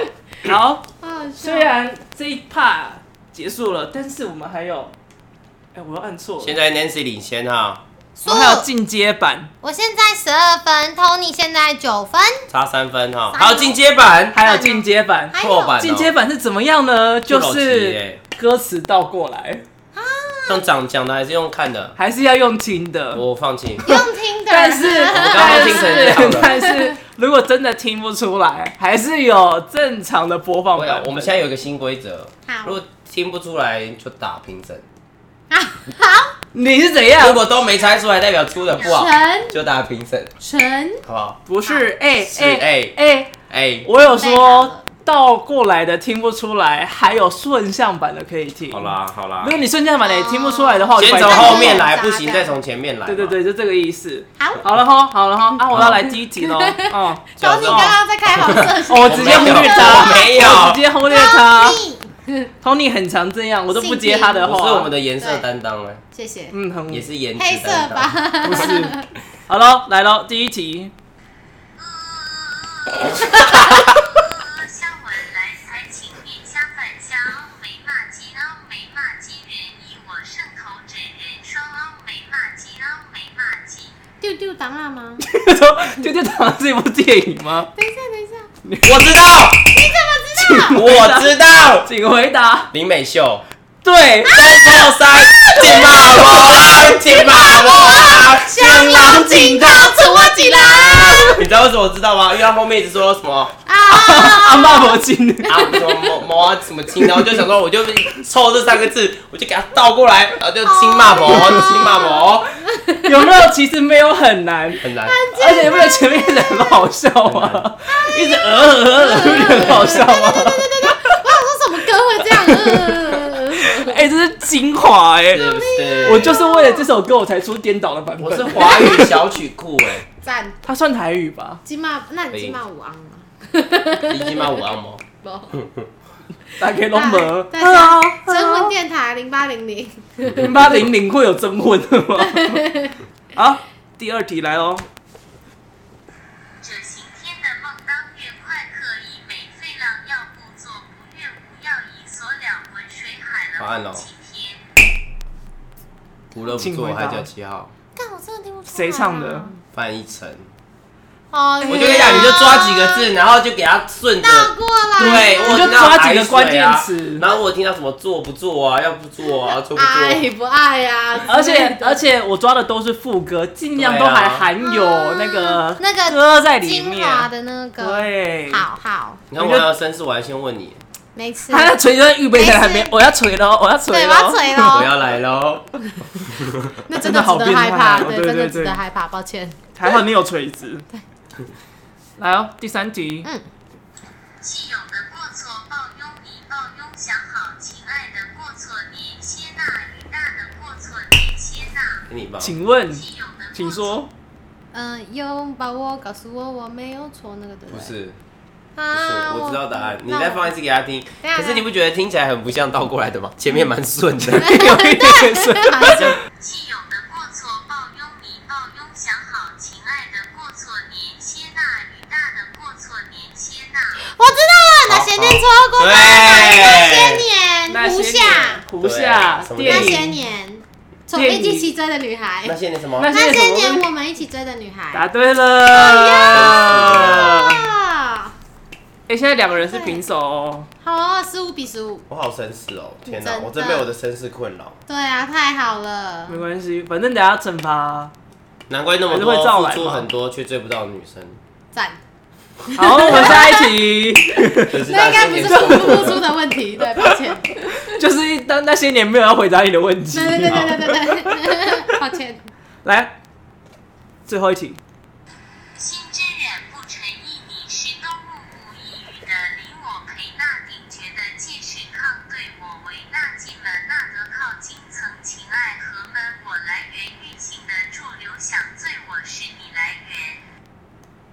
S1: 好，
S3: 啊，
S1: 虽然这一 part 结束了，但是我们还有，哎，我要按错
S2: 现
S1: 了，
S2: 在 Nancy 领先哈，
S1: 我们还有进阶版，
S3: 我现在十二分，Tony 现在九分，
S2: 差三分哈，
S3: 三分
S2: 还有进阶版，
S1: 还有进阶版。
S3: 还
S2: 破版
S3: 有
S2: 哦
S1: 进阶版是怎么样呢？就
S2: 不老齐
S1: 是
S2: 耶
S1: 歌词倒过来，
S2: 用讲讲的还是用看的，
S1: 还是要用听的。
S2: 我放弃。
S3: 用听的，
S1: 但是，
S2: 刚
S1: 但
S2: 刚听成这样
S1: 是，
S2: 了
S1: 但是，如果真的听不出来，还是有正常的播放
S2: 我
S1: 版
S2: 有
S1: 本。
S2: 啊我们现在有一个新规则
S3: 好，
S2: 如果听不出来就打评审，
S3: 啊，好，
S1: 你是怎
S2: 如
S1: 样？
S2: 果都没猜出来，代表出的不好，
S3: 陈
S2: 就打评审，
S3: 陈。
S2: 好不好？
S1: 不是，哎
S2: 是
S1: 哎哎，
S2: 哎，
S1: 我有
S3: 太好
S1: 说
S3: 了
S1: 倒过来的听不出来，还有顺向版的可以听。
S2: 好，啦好啦
S1: 如，果你顺向版的也听不出来的话，我就
S2: 先
S1: 把你
S2: 从
S1: 打
S2: 后面来，
S3: 打
S2: 不行
S3: 打
S2: 再从前面来嘛。
S1: 对对对，就这个意思。
S3: 好，
S1: 好了吼，好了吼，啊，我要来第一集喽。哦，
S3: 高你刚刚在开黄色系，
S1: 哦我直接忽略他，
S2: 没有
S1: 我直接忽略他。
S3: Tony，
S1: Tony 很常这样，我都不接他的话。
S2: 我是我们的颜色担当哎，
S3: 谢谢，
S1: 嗯，很
S2: 也是颜
S3: 黑
S2: 值
S3: 色
S2: 担当。
S3: 吧？
S1: 不是。好喽，来喽，第一题，
S4: 香文来财情面相反相凹眉骂鸡凹眉骂鸡人以我圣头整人双凹眉骂鸡凹眉骂鸡。
S3: 丢丢档案吗？
S1: 说《丢丢糖》是一部电影吗？
S3: 等一下，等一下，
S2: 我知道，
S3: 你怎么知道？
S2: 我知道，
S1: 请回答。
S2: 林美秀，对，三扣三，金马波浪，金马 波浪，金狼金刀。
S3: 出我几郎
S2: 你知道为什么我知道吗？因为他后面一直说什么
S3: 啊！
S1: 阿妈魔镜，
S2: 啊什么某某啊什么金，然后就想说我就凑这三个字，我就给它倒过来，然后就金马魔，
S1: 哦
S2: 金马魔，
S1: 有没有？其实没有很难，
S2: 很难。
S1: 而且有没有前面的很好笑啊？一直呃呃呃，不觉得很好笑吗？
S3: 我想说什么歌会这样？呃
S1: 哎，这是精华哎！
S2: 是不是？
S1: 我就是为了这首歌我才出颠倒的版
S2: 我是
S1: 本。
S2: 华语小曲库哎，
S3: 赞，
S1: 他算台语吧？
S3: 金马，那你金马五昂 吗？
S2: 你金马五阿魔，
S3: 不，
S1: 大家拢无。
S3: 大家征婚电台零八零零，
S1: 啊零八零零会有征婚的 吗？好，第二题来喽。
S4: 这刑天的梦当月快客以美废浪要故作不悦无要以所了浑水海
S2: 好暗哦
S4: 了无几天。
S2: 无论不
S1: 请
S2: 做
S1: 回答
S2: 海角七号，
S3: 但我真的听不出来啊
S1: 谁唱的？
S2: 翻译成，
S3: 哦，
S2: 我就跟你讲，你就抓几个字，然后就给它顺着。
S3: 倒过来，
S2: 对，我
S1: 你就
S2: 听到
S1: 抓几
S2: 海
S1: 个
S2: 水
S1: 关键
S2: 啊
S1: 词
S2: 然后我有听到什么做不做啊，要不做啊，做不
S3: 爱
S1: 哎
S2: 做，
S3: 哎不爱啊呀？
S1: 而且而且我抓的都是副歌，尽量都
S2: 对啊
S1: 还含有那个
S3: 那个
S1: 歌在里
S3: 精华
S1: 面。
S3: 的那个，
S1: 对，
S3: 好好，
S2: 你看我还要绅士，我还先问你，
S3: 没事。
S1: 他要锤在预备在那
S3: 没
S1: 边
S3: 事，
S1: 我要锤喽，我要锤
S3: 对，
S1: 喽
S3: 我。要嘴
S2: 我
S3: 喽，
S2: 要来喽。
S3: 那真的值得害
S1: 啊
S3: 怕，对，真的值得害怕，抱歉。
S1: 还好你有锤子。 来哦，第三题。
S3: 嗯
S4: 既有的过错抱拥你抱拥，想好情爱的过错连接纳与大的过错连接纳。
S2: 给你吧，
S1: 请问，
S4: 既有的过错
S1: 请说，
S3: 嗯，拥抱我，告诉我我没有错，那个对
S2: 不
S3: 对？
S2: 是，不是，
S3: 啊，
S2: 我知道答案，你再放一次给他听。
S3: 等一下
S2: 可是你不觉得听起来很不像倒过来的吗？前面蛮顺 的，
S1: 有一点水。
S4: 既有的过错抱拥你抱拥，想好情爱的过错连接纳与大的过错连接纳。
S3: 我知道了，那些年错过的那些
S1: 那
S3: 年，胡
S1: 些
S3: 夏
S1: 年，胡夏
S2: 对什么
S1: 电
S3: 那
S1: 影
S3: 些年，从一起一起追的女孩
S2: 那，些那什么，
S1: 那
S3: 那些
S1: 什么
S3: 年我们一起追的女
S1: 答
S3: 孩。
S1: 对了。
S3: 哎
S2: 呀
S1: 哎、
S3: 啊，
S1: 现在两个人是平手哦。
S3: 好啊，十五比十五，
S2: 我好绅士哦！天哪，
S3: 真的
S2: 我真被我的绅士困扰，
S3: 对啊，太好了
S1: 没。关系，反正等下惩 罚。
S2: 难怪那么
S1: 还是会照
S2: 多
S1: 来
S2: 付出
S1: 吗
S2: 很多却追不到的女 生，
S3: 赞，
S1: 好，我们下一题
S2: 就是
S3: 那
S2: 那
S3: 应该
S2: 些
S3: 不
S2: 年
S3: 是
S2: 错
S3: 付不
S2: 过
S3: 付出的问题，对，抱歉，
S1: 就是当那些年没有要回答你的问题。
S3: 对对对对对对对，抱歉。
S1: 来，最后一题。
S4: 心之远不成一米，石东木木一语的临我陪那鼎觉的借石抗对我为那进门那得靠近曾情爱何门我来源欲行的驻留想醉我是你来源。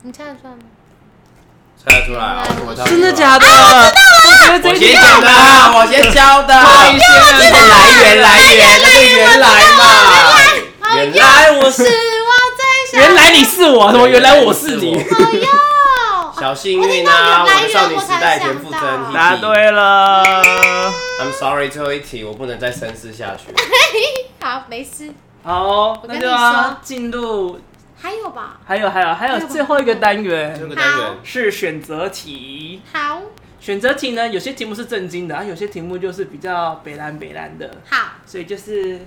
S3: 你这样算吗？
S2: 猜得出来啊？我猜不出来
S1: 真的假的？
S3: 啊
S1: 我觉得
S2: 我
S1: 这一
S2: 先
S1: 题
S2: 讲的啊，我先教的。
S1: 太先了
S2: 来源来源，那是原来嘛。原来我
S3: 是我在想，
S1: 原来你是我，什么原来我是你？
S3: 哎呦，
S2: 小幸运啊！我
S3: 我听到原来
S2: 的
S3: 源
S2: 少女时代
S3: 我才想
S2: 田馥
S3: 到
S2: 甄，
S1: 答。对了。
S2: I'm sorry，最后一题我不能再深思下去。
S3: 好，没事，
S1: 好，哦
S3: 跟
S1: 那
S3: 你
S1: 就要
S3: 说
S1: 进入，
S3: 还有吧？
S1: 还有还有还有最后一个单
S2: 这
S1: 元
S2: 个单元
S1: 是选择题。
S3: 好，
S1: 选择题呢，有些题目是正经的，啊，有些题目就是比较北蓝北蓝的，
S3: 好，
S1: 所以就是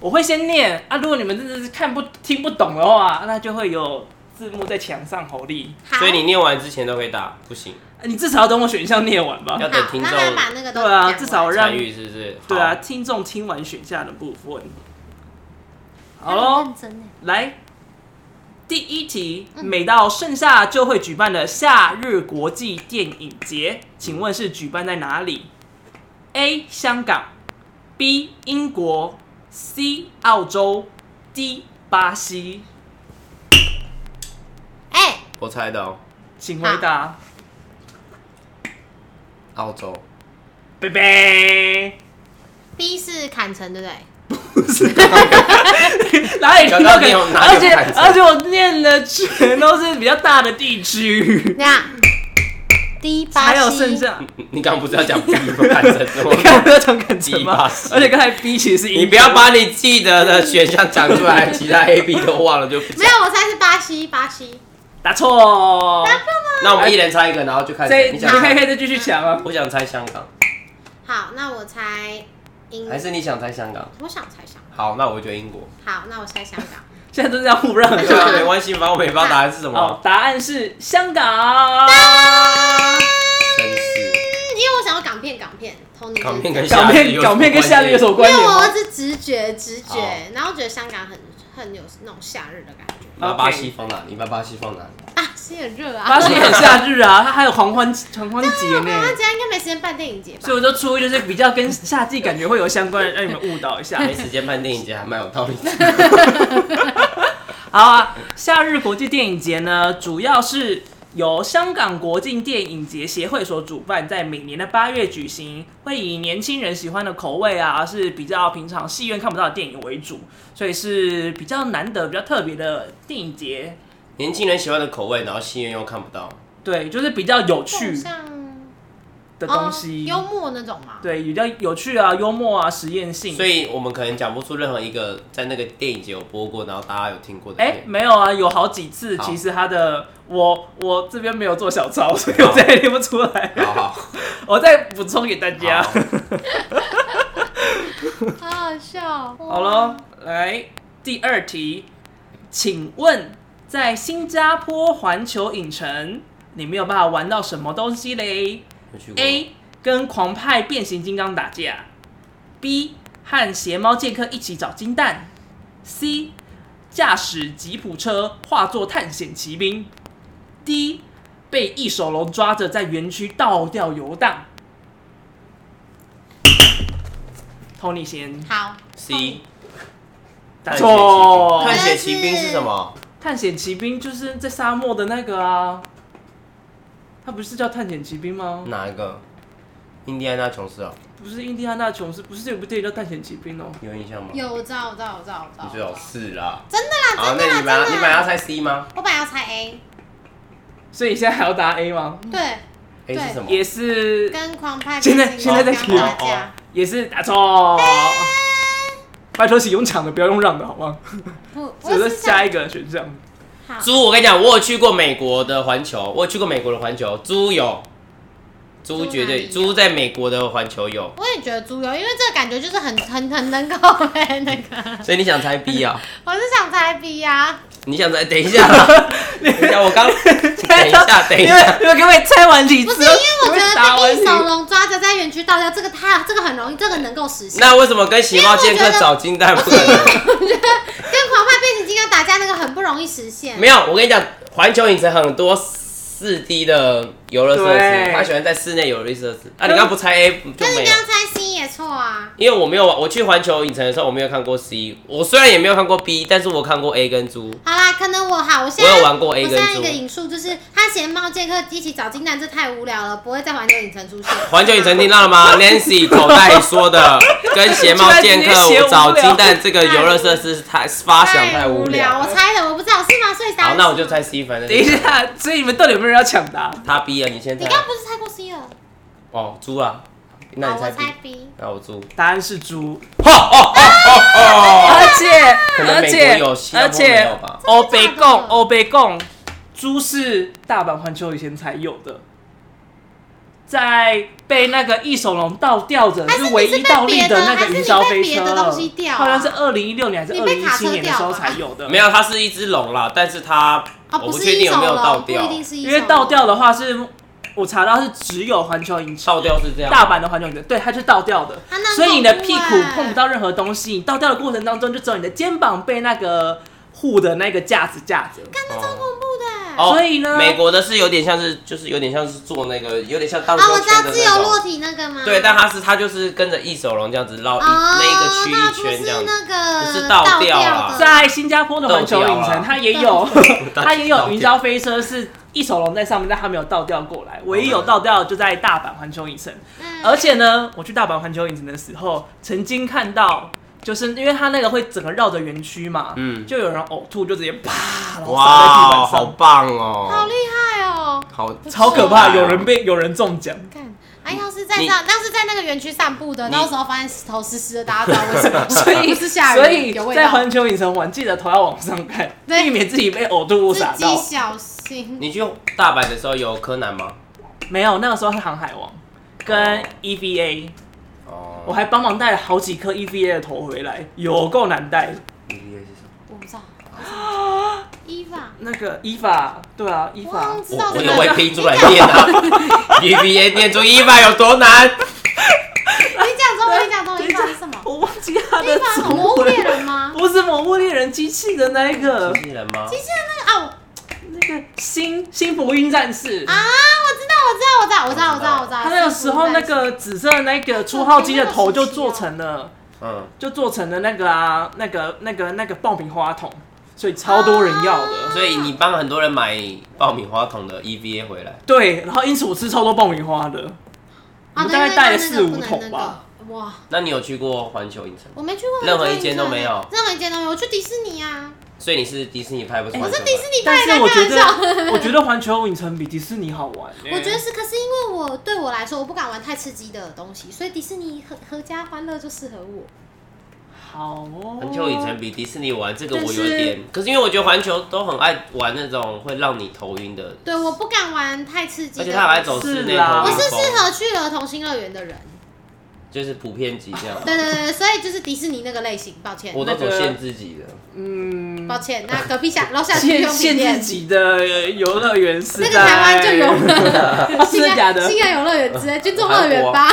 S1: 我会先念啊，如果你们真的是看不听不懂的话，那就会有字幕在墙上吼力。
S3: 好。
S2: 所以你念完之前都可以打，不行，
S1: 啊你至少要等我选项念完吧
S2: 要。
S3: 好
S2: 等，听
S3: 那
S2: 众
S3: 他把那个都
S1: 对啊
S3: 讲完
S1: 至少我让
S2: 参与是不是？
S1: 对啊，
S2: 好，
S1: 听众听完选项的部分。好
S3: 他很
S1: 喽
S3: 认，真耶
S1: 来第一题，
S3: 嗯
S1: 每到盛夏就会举办的夏日国际电影节，请问是举办在哪里？A. 香港 B. 英国 C. 澳洲 D. 巴西，
S3: 哎，
S2: 我猜的哦，
S1: 请回答。
S2: 澳洲。
S1: 贝贝，
S3: B 是砍成对不对？
S1: 哪里听到
S2: 刚刚
S1: 可
S2: 你
S1: 以？
S2: 有拿
S1: 而且
S2: 有牌子
S1: 而且我念的全都是比较大的地区，
S3: 那样 D 巴
S1: 还
S3: 西，
S1: 有剩下。
S2: 你刚刚不是要讲 B 吗？反正 我
S1: 你看我要讲感情
S2: 第八
S1: 吗
S2: 十？
S1: 而且刚才 B 其实是
S2: 你不要把你记得的选项讲出 来，其他 A、B 都忘了就不讲
S3: 没。有，我猜是巴西，巴西。
S1: 答错，
S2: 那我们一人猜一个，然后就开
S1: 这
S2: 始。
S1: 你
S2: 你
S1: 可
S2: 想
S1: 以可以
S2: 猜？
S1: 再继续讲啊。
S2: 我想猜香港。
S3: 好，那我猜英
S2: 还，是你想猜香港？
S3: 我想猜香
S2: 好，那我觉得英国。
S3: 港。好，那我猜香港。
S1: 现在都是要互让，
S2: 对啊，没关系，反正我们也不知道答案是什
S1: 好
S2: 么，。
S1: 答案是香港。
S2: 真是
S3: 因为我想要港片，港片，Tony
S2: 港片
S3: 就
S2: 跟
S3: 是
S1: 港片港片跟夏日有什么关
S3: 因
S1: 联
S3: 为我
S1: 吗？
S3: 儿子直觉直觉
S1: 哦
S2: 好，
S3: 然后觉得香港很很有那种夏日的感觉
S2: 你把巴西放哪里？你把巴西 放哪里？
S3: 啊，是很热啊。
S1: 巴西很夏日 啊，它还有狂欢狂欢节呢。
S3: 那今啊天应该没时间办电影节吧
S1: 所以？我就出就是比较跟夏季感觉会有相关的，让你们误导一 下。
S2: 没时间办电影节还蛮有道理的。
S1: 好啊，夏日国际电影节呢，主要是由香港国际电影节协会所主办，在每年的八月举行，会以年轻人喜欢的口味啊，是比较平常戏院看不到的电影为主，所以是比较难得、比较特别的电影节。
S2: 年轻人喜欢的口味，然后戏院又看不到，
S1: 对，就是比较有趣
S3: 像
S1: 的东西，
S3: 哦幽默那种嘛。
S1: 对，比较有趣啊、幽默啊、实验性。
S2: 所以我们可能讲不出任何一个在那个电影节有播过，然后大家有听过的
S1: 哎、
S2: 片。
S1: 没有啊，有好几次，
S2: 好
S1: 其实他的我我这边没有做小抄，所以我再也念不出来。
S2: 好好，
S1: 我再补充给大家。
S2: 好
S3: 好好笑。
S1: 好了，来第二题，请问在新加坡环球影城，你没有办法玩到什么东西嘞
S2: 有去过
S1: ？A 跟狂派变形金刚打架，B 和邪猫剑客一起找金蛋，C 驾驶吉普车化作探险骑兵，D 被一手龙抓着在园区倒吊游荡。Tony 先。
S3: 好
S2: C
S1: 打错
S2: 探险骑兵是什么？
S1: 探险骑兵就是在沙漠的那个啊，他不是叫探险骑兵吗？
S2: 哪一个？印第安纳琼斯哦，
S1: 不是印第安纳琼斯，不是有部电影叫探险骑兵哦？
S2: 有印象吗？
S3: 有我知道，我知道，我知道，我知道。
S2: 你
S3: 我
S2: 最
S3: 知道
S2: 好是啦。
S3: 真的啦，
S2: 好，
S3: 真
S2: 那
S3: 的啦，
S1: 啊
S2: 你本来
S3: 啊真
S2: 你
S3: 的
S2: 本来要
S3: 啦。
S2: 猜 C 吗
S3: 我本来要猜 A，
S1: 所以现在还要答 A 吗？
S2: 嗯
S3: 对，
S2: ？A 是什么？
S1: 也是，
S3: 跟狂派
S1: 现在
S3: 变形
S1: 现在在
S3: 金刚打
S2: 提哦
S3: 架。
S1: 也是打错。
S3: 哎
S1: 拜托，是用抢的，不要用让的，好吗？
S3: 不，我
S1: 哦只是
S3: 是想
S1: 下一个选项。
S3: 好
S2: 猪，我跟你讲，我有去过美国的环球，我有去过美国的环球，猪有，
S3: 猪
S2: 猪
S3: 哪
S2: 绝对，
S3: 里啊
S2: 猪在美国的环球有，
S3: 我也觉得猪油，因为这个感觉就是很很很能够哎那个，
S2: 所以你想猜 B 啊？
S3: 我是想猜 B 啊呀、
S2: 你想猜？等一下啦，等一下，我 刚，等一下，等一
S1: 你
S2: 下，
S1: 们你们可不可以猜完题？
S3: 不是因为我觉
S1: 你们
S3: 得
S1: 答
S3: 被
S1: 完
S3: 一手
S1: 题，
S3: 龙抓着在园区倒掉，这个太这个很容易，这个能够实现。
S2: 那为什么跟邪猫剑客找金蛋不可能？
S3: 跟狂派变形金刚打架那个很不容易实现。
S2: 没有，我跟你讲，环球影城很多四 D 的游乐设施，
S1: 对
S2: 他喜欢在室内游乐设施。啊，你刚刚不猜 A 就
S3: 那
S2: 没
S3: 你
S2: 有
S3: 刚。刚猜 C 也错啊，
S2: 因为我没有玩，我去环球影城的时候我没有看过 C，我虽然也没有看过 B，但是我看过 A 跟猪。
S3: 好啦，可能我好，我现
S2: 我
S3: 在
S2: 有玩过 A
S3: 我
S2: 跟
S3: 现在一个
S2: 猪。
S3: 引述就是他嫌猫剑客一起找金蛋，这太无聊了，不会在环球影城出现。
S2: 环球影城听到了吗？Nancy 口袋说的，跟邪猫剑客找金蛋这个游乐设施太发想太无聊。
S3: 我猜的，我不知道是吗？所以答案
S2: 好，
S3: 是
S2: 那我就猜 C，反正
S1: 等一下，所以你们到底有没有人要抢答？
S2: 他 B 啊，你先
S3: 你
S2: 猜
S3: 刚。刚不是猜过 C 了？
S2: 哦，猪啊，那
S3: 好，
S2: 你猜
S3: 我
S2: B，
S3: 猜 B。
S2: 那我猪。
S1: 答案是猪。
S2: 哦哦哦哦哦！
S1: 而且
S2: 可能
S1: 而
S2: 美
S1: 且
S2: 国有新加
S1: 而
S2: 坡没有
S1: 且
S2: 吧
S1: 欧北
S3: 真的假的
S1: 贡欧北贡猪是大阪环球以前才有的，在被那个一手龙倒吊着，
S3: 还是你是
S1: 唯一倒立那
S3: 被别的
S1: 个云霄飞车，
S3: 还是你被别的东西吊啊
S1: 好像是二零一六年还是
S3: 你
S1: 二
S3: 被
S1: 零一
S3: 卡车
S1: 七年的时候
S3: 吊吧
S1: 才有 的，
S2: 没有，它是一只龙啦，但是它
S3: 啊，
S2: 我不
S3: 是
S2: 确定
S3: 一手
S2: 有没有倒
S3: 龙，不
S2: 掉
S3: 一，定是一手
S1: 因
S3: 龙。
S1: 为倒吊的话是我查到是只有环球影城。
S2: 倒掉是这样。
S1: 大阪的环球影城，对，它是倒吊的，
S3: 啊那很
S1: 所以你的
S3: 恐怖
S1: 屁股
S3: 欸
S1: 碰不到任何东西。你倒吊的过程当中，就只有你的肩膀被那个护的那个架子架着。
S2: 哦
S3: 恐怖的。
S2: 哦
S1: 所以呢
S2: 美国的是有点像是，就是有点像是做那个，有点像荡
S3: 啊，我
S2: 秋
S3: 知道
S2: 千的
S3: 自由
S2: 那
S3: 落
S2: 种。
S3: 体那个吗？
S2: 对，但它是它就是跟着一手龙这样子绕一、
S3: 哦，
S2: 那个区
S3: 那
S2: 一圈这样
S3: 不
S2: 子。
S3: 是那个
S2: 不是倒啊吊
S3: 吊
S2: 啦
S3: 的，
S1: 在新加坡的环球影
S2: 倒啊吊
S1: 城，
S2: 啦
S1: 它也 有
S2: 吊
S1: 它也有云霄飞车，是一手龙在上面，但它没有倒吊过
S2: 哦
S1: 来。唯一有倒吊的就在大阪环球影城，
S3: 嗯
S1: 而且呢，我去大阪环球影城的时候，曾经看到，就是因为它那个会整个绕着园区嘛，
S2: 嗯
S1: 就有人呕吐，就直接啪，然后洒在地
S2: 哇，
S1: 板
S2: 好
S1: 上，
S2: 棒
S3: 好
S2: 哦！
S3: 厉害哦！
S2: 好
S1: 超可怕，有人被有人中 奖。
S3: 看，哎，要是在
S2: 你
S3: 那，要是在那个园区散步的，
S2: 你
S3: 到时候发现石头湿湿的，大家知道为什 么？
S1: 所以，
S3: 不是吓
S1: 所以
S3: 人，有味
S1: 在
S3: 道，
S1: 环球影城玩，记得头要往上看，
S3: 对
S1: 避免自己被呕吐物
S3: 自
S1: 洒
S3: 己
S1: 到。
S3: 小心。
S2: 你去大阪的时候有柯南吗？
S1: E 没有，那个时候是航海王跟 EVA，
S2: 哦，
S1: 我还帮忙带了好几颗 EVA 的头回来，有够难带。
S2: EVA 是什么？
S3: 我不知道。伊娃，
S1: 那个伊法，对啊，伊
S3: 我
S1: 法
S3: 好像，知道
S2: 我我
S3: 这
S2: 有
S3: 个。
S2: 会拼出来念啊 ，EVA 念出一百有多难？
S3: 你讲中文，
S1: 啊
S3: 你讲中文，伊娃是什么？
S1: 我忘记他
S3: 伊
S1: 的
S3: 娃
S1: 中
S3: 很魔物
S1: 文
S3: 猎人吗？嗯
S1: 不是《魔物猎人》机器的那一
S3: 呃
S1: 个
S2: 机，器人吗？
S3: 机器人那个啊
S1: 那个新新福音战士，
S3: 我啊，我知道，我知道，我知道，我知道，我知道。
S1: 他那个时候那个紫色的那个出号机的头就做成了，
S2: 嗯，
S1: 就做成了那个啊，那个那个那个爆米花筒，所以超多人要
S3: 啊
S1: 的。
S2: 所以你帮很多人买爆米花筒的 EVA 回来，
S1: 对，然后因此我吃超多爆米花的，我
S3: 啊，对
S1: 大概
S3: 对
S1: 带了
S3: 对那个
S1: 四五
S3: 不能
S1: 桶
S3: 那个
S1: 吧
S3: 哇，
S2: 那你有去过环球影城？
S3: 我没去过，
S2: 任何一间都没有
S3: 啊任何一间都没有。我去迪士尼啊，
S2: 所以你是迪士尼派，不是
S3: 我
S2: 环球
S3: 哎
S2: 派？
S3: 是迪士尼
S1: 但
S3: 派
S1: 是
S3: 的，
S1: 我觉
S3: 开玩笑。
S1: 得我觉得环球影城比迪士尼好玩欸。
S3: 我觉得是，可是因为我对我来说，我不敢玩太刺激的东西，所以迪士尼合合家欢乐就适合我。
S1: 好哦，
S2: 环球影城比迪士尼玩这个
S1: 但
S2: 我有
S1: 是
S2: 点，可是因为我觉得环球都很爱玩那种会让你头晕的，
S3: 对，我不敢玩太刺激
S2: 而
S3: 的。
S2: 且他还走室内
S1: 是啦
S2: 头
S3: 我
S2: 晕
S3: 是
S2: 风，
S3: 适合去儿童新乐园的人。
S2: 就是普遍级这样。
S3: 对对对对，所以就是迪士尼那个类型，抱歉，
S2: 我都走
S1: 那个
S2: 限制级的，
S1: 嗯，
S3: 抱歉。那隔壁下楼下去
S1: 限
S3: 用品
S1: 限制
S3: 店，
S1: 级的游乐园是
S3: 那个台湾就有啊
S1: 了，
S3: 新
S1: 真的假
S3: 安
S1: 的？
S3: 新安游乐园之类，军中乐园吧。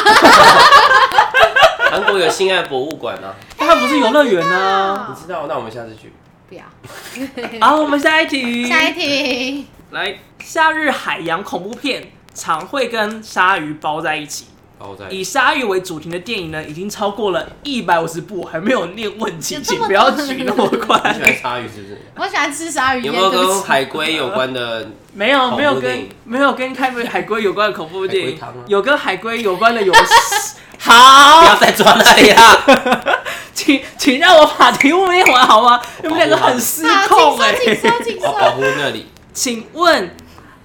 S2: 韩国有性爱博物馆啊，
S1: 但它不是游乐园啊。
S2: 你知道？那我们下次去。
S3: 不要，
S1: 好，我们下一题。
S3: 下一题。
S1: 来，夏日海洋恐怖片常会跟鲨鱼包在一起。
S2: 然后再
S1: 以鲨鱼为主题的电影呢，已经超过了一百五十部，还没有念问题，
S3: 有这
S1: 请
S3: 么多
S1: 不要举那么
S2: 你喜
S1: 快。
S2: 欢鲨鱼是不是？
S3: 我喜欢吃鲨鱼
S2: 有没
S3: 烟，
S2: 有
S3: 对不
S2: 跟
S3: 起
S2: 海龟有关的？
S1: 没有，没有
S2: 恐怖电
S1: 跟
S2: 影
S1: 没有跟开门海龟有关的恐怖电
S2: 海
S1: 影
S2: 龟汤啊，
S1: 有跟海龟有关的游戏。
S2: 不
S1: 好
S2: 要，再抓那里啊 啦！
S1: 请请让我把题目念完好吗？你们两个很失控
S3: 好，
S1: 哎、
S3: 请说，请说，请
S2: 我保护
S3: 说。
S2: 那里。
S1: 请问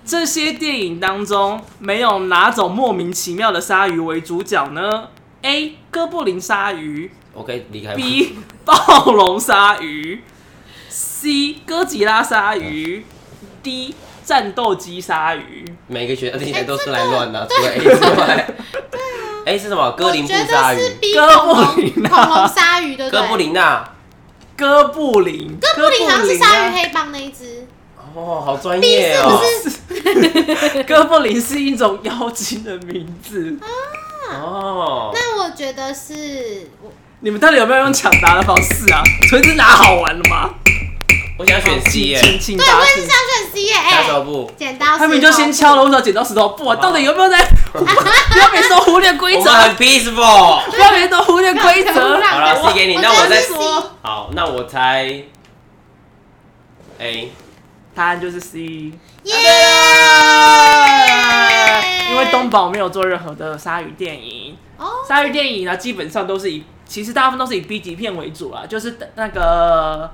S1: 这些电影当中没有哪种莫名其妙的鲨鱼为主角呢？A. 哥布林鲨鱼
S2: 我可以离开吗。
S1: ，B. 暴龙鲨鱼，C. 哥吉拉鲨鱼，D. 战斗机鲨鱼。
S2: 每个学校听起来都是来乱的，除了 A 之外，A
S3: 哎
S2: 是什么？哥林
S3: 我
S2: 布
S3: 觉
S2: 鲨
S3: 得
S2: 鱼
S3: 是。比恐
S1: 哥布
S3: 龙
S1: 林啊
S3: 恐龙鲨鱼的，对
S2: 哥
S3: 不
S2: 布
S3: 对？
S2: 林呐！
S1: 哥布林，
S3: 哥布林好像是鲨鱼
S1: 啊
S3: 黑帮那一只，
S2: 哦，好专业哦。
S1: 哥布林是一种妖精的名字。
S2: 哦，
S3: 但我觉得是我
S1: 你们到底有没有用抢答的方式啊？纯是拿好玩的吗？
S2: 我想选 C 耶。
S1: 请请
S3: 对，
S1: 答
S3: 我也
S1: 请
S3: 是想选 C 耶，
S2: 下
S3: 哎，
S2: 手不？
S3: 剪刀石头
S1: 他们就先敲，了手剪刀石头布，我到底有没有在？不要每次都忽略规
S2: 我
S1: 则
S2: 们，很 peaceful。
S1: 不要每次都忽略规 则。啊
S2: 好了，C 给你，那
S3: 我
S2: 我
S3: 觉得
S2: 再
S3: 是 C
S2: 好，那我猜 A。
S1: 答案就是 C，因
S3: 耶，
S1: 为东宝没有做任何的鲨鱼电影。
S3: 哦，
S1: 鲨鱼电影呢，基本上都是以，其实大部分都是以 B 级片为主啦，就是那个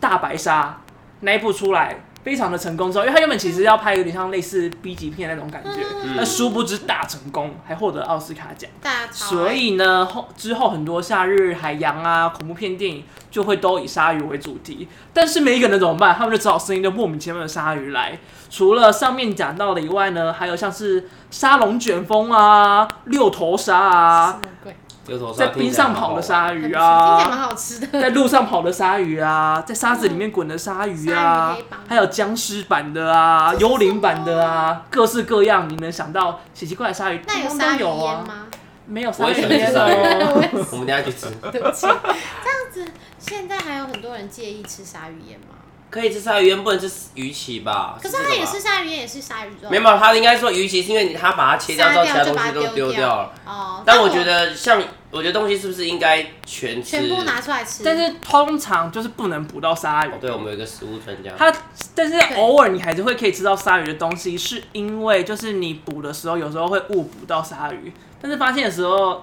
S1: 大白鲨那一部出来。非常的成功之后，因为它原本其实要拍有点像类似 B 级片那种感觉，那、殊不知大成功，还获得奥斯卡奖。
S3: 大潮
S1: 所以呢，后之后很多夏日海洋啊、恐怖片电影就会都以鲨鱼为主题，但是每一个人怎么办？他们就只好生一个莫名其妙的鲨鱼来。除了上面讲到的以外呢，还有像是沙龙卷风啊、六头鲨啊，
S3: 什么鬼
S2: 丢头鲨
S1: 在冰上跑的 鲨鱼
S3: 嗯听起来蛮
S1: 啊，
S3: 好吃的，
S1: 在路上跑的鲨鱼啊，在沙子里面滚的鲨鱼
S3: 鲨
S1: 啊
S3: 鱼黑帮，
S1: 还有僵尸版的啊、幽灵版的啊，各式各样你能想到奇奇怪怪的鲨鱼，
S3: 那有
S1: 通
S3: 鲨
S1: 通
S3: 鱼
S1: 有
S3: 烟
S1: 啊，
S3: 吗？
S1: 没有鲨
S2: 我
S1: 鱼
S2: 也喜欢
S1: 烟
S2: 吃鲨
S1: 哦。
S2: 鱼，我们等一下去吃。
S3: 对不起，这样子现在还有很多人介意吃鲨鱼烟吗？
S2: 可以吃鲨鱼烟，不能吃鱼鳍吧？
S3: 可是
S2: 这
S3: 它
S2: 个
S3: 也
S2: 吧
S3: 是鲨鱼烟，也是鲨鱼肉，
S2: 没有，他应该说鱼鳍是因为他把它切掉之后，其他
S3: 杀掉就
S2: 东
S3: 把它
S2: 西都丢掉了。
S3: 哦。
S2: 但我觉得像，我觉得东西是不是应该全吃？
S3: 全部拿出来吃，
S1: 但是通常就是不能捕到鲨鱼
S2: 哦。对，我们有一个食物专家。
S1: 它，但是偶尔你还是会可以吃到鲨鱼的东西，是因为就是你捕的时候，有时候会误捕到鲨鱼，但是发现的时候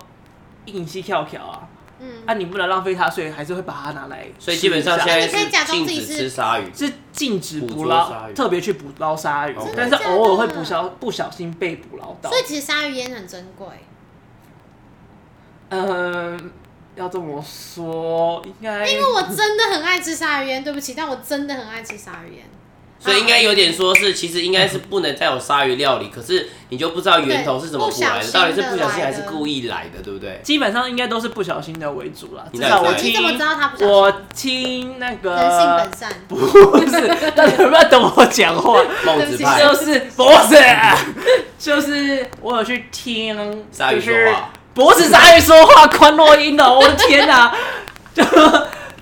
S1: 引西跳跳啊，
S3: 嗯，
S1: 啊，你不能浪费它，所以还是会把它拿来吃一下。
S2: 所以基本上现在
S3: 那你可以假
S2: 是
S3: 装
S2: 禁
S3: 自己
S2: 止
S3: 是嗯
S2: 吃鲨鱼。
S1: 是禁止捕
S2: 捕捉鲨
S1: 捞，
S2: 鱼哦
S1: 特别去捕捞鲨鱼
S2: OK，
S1: 但是偶尔会不小不小心被捕捞到
S3: 所。以其实鲨鱼烟很珍贵，
S1: 嗯，要这么说，应该
S3: 因为我真的很爱吃鲨鱼烟，对不起，但我真的很爱吃鲨鱼烟。
S2: 所以应该有点说是，其实应该是不能再有鲨鱼料理，可是你就不知道源头是怎么过来
S3: 对
S2: 的，
S3: 不小
S2: 到
S3: 心
S2: 底是不小心
S3: 的来
S2: 还
S3: 的
S2: 是故意来的，对不对？
S1: 基本上应该都是不小心的为主啦。
S2: 你
S1: 至
S2: 哪
S1: 少
S2: 里
S1: 我
S2: 猜
S3: 你怎么知
S1: 听
S3: 道他不小心？
S1: 我听那个
S3: 人性本善，
S1: 呃不是， 大家有没有等我讲话？
S2: 孟子派
S1: 就，是不是，就是我有去听
S2: 鲨鱼说话，
S1: 不是鲨鱼说话，宽落音的，我的天哪、 就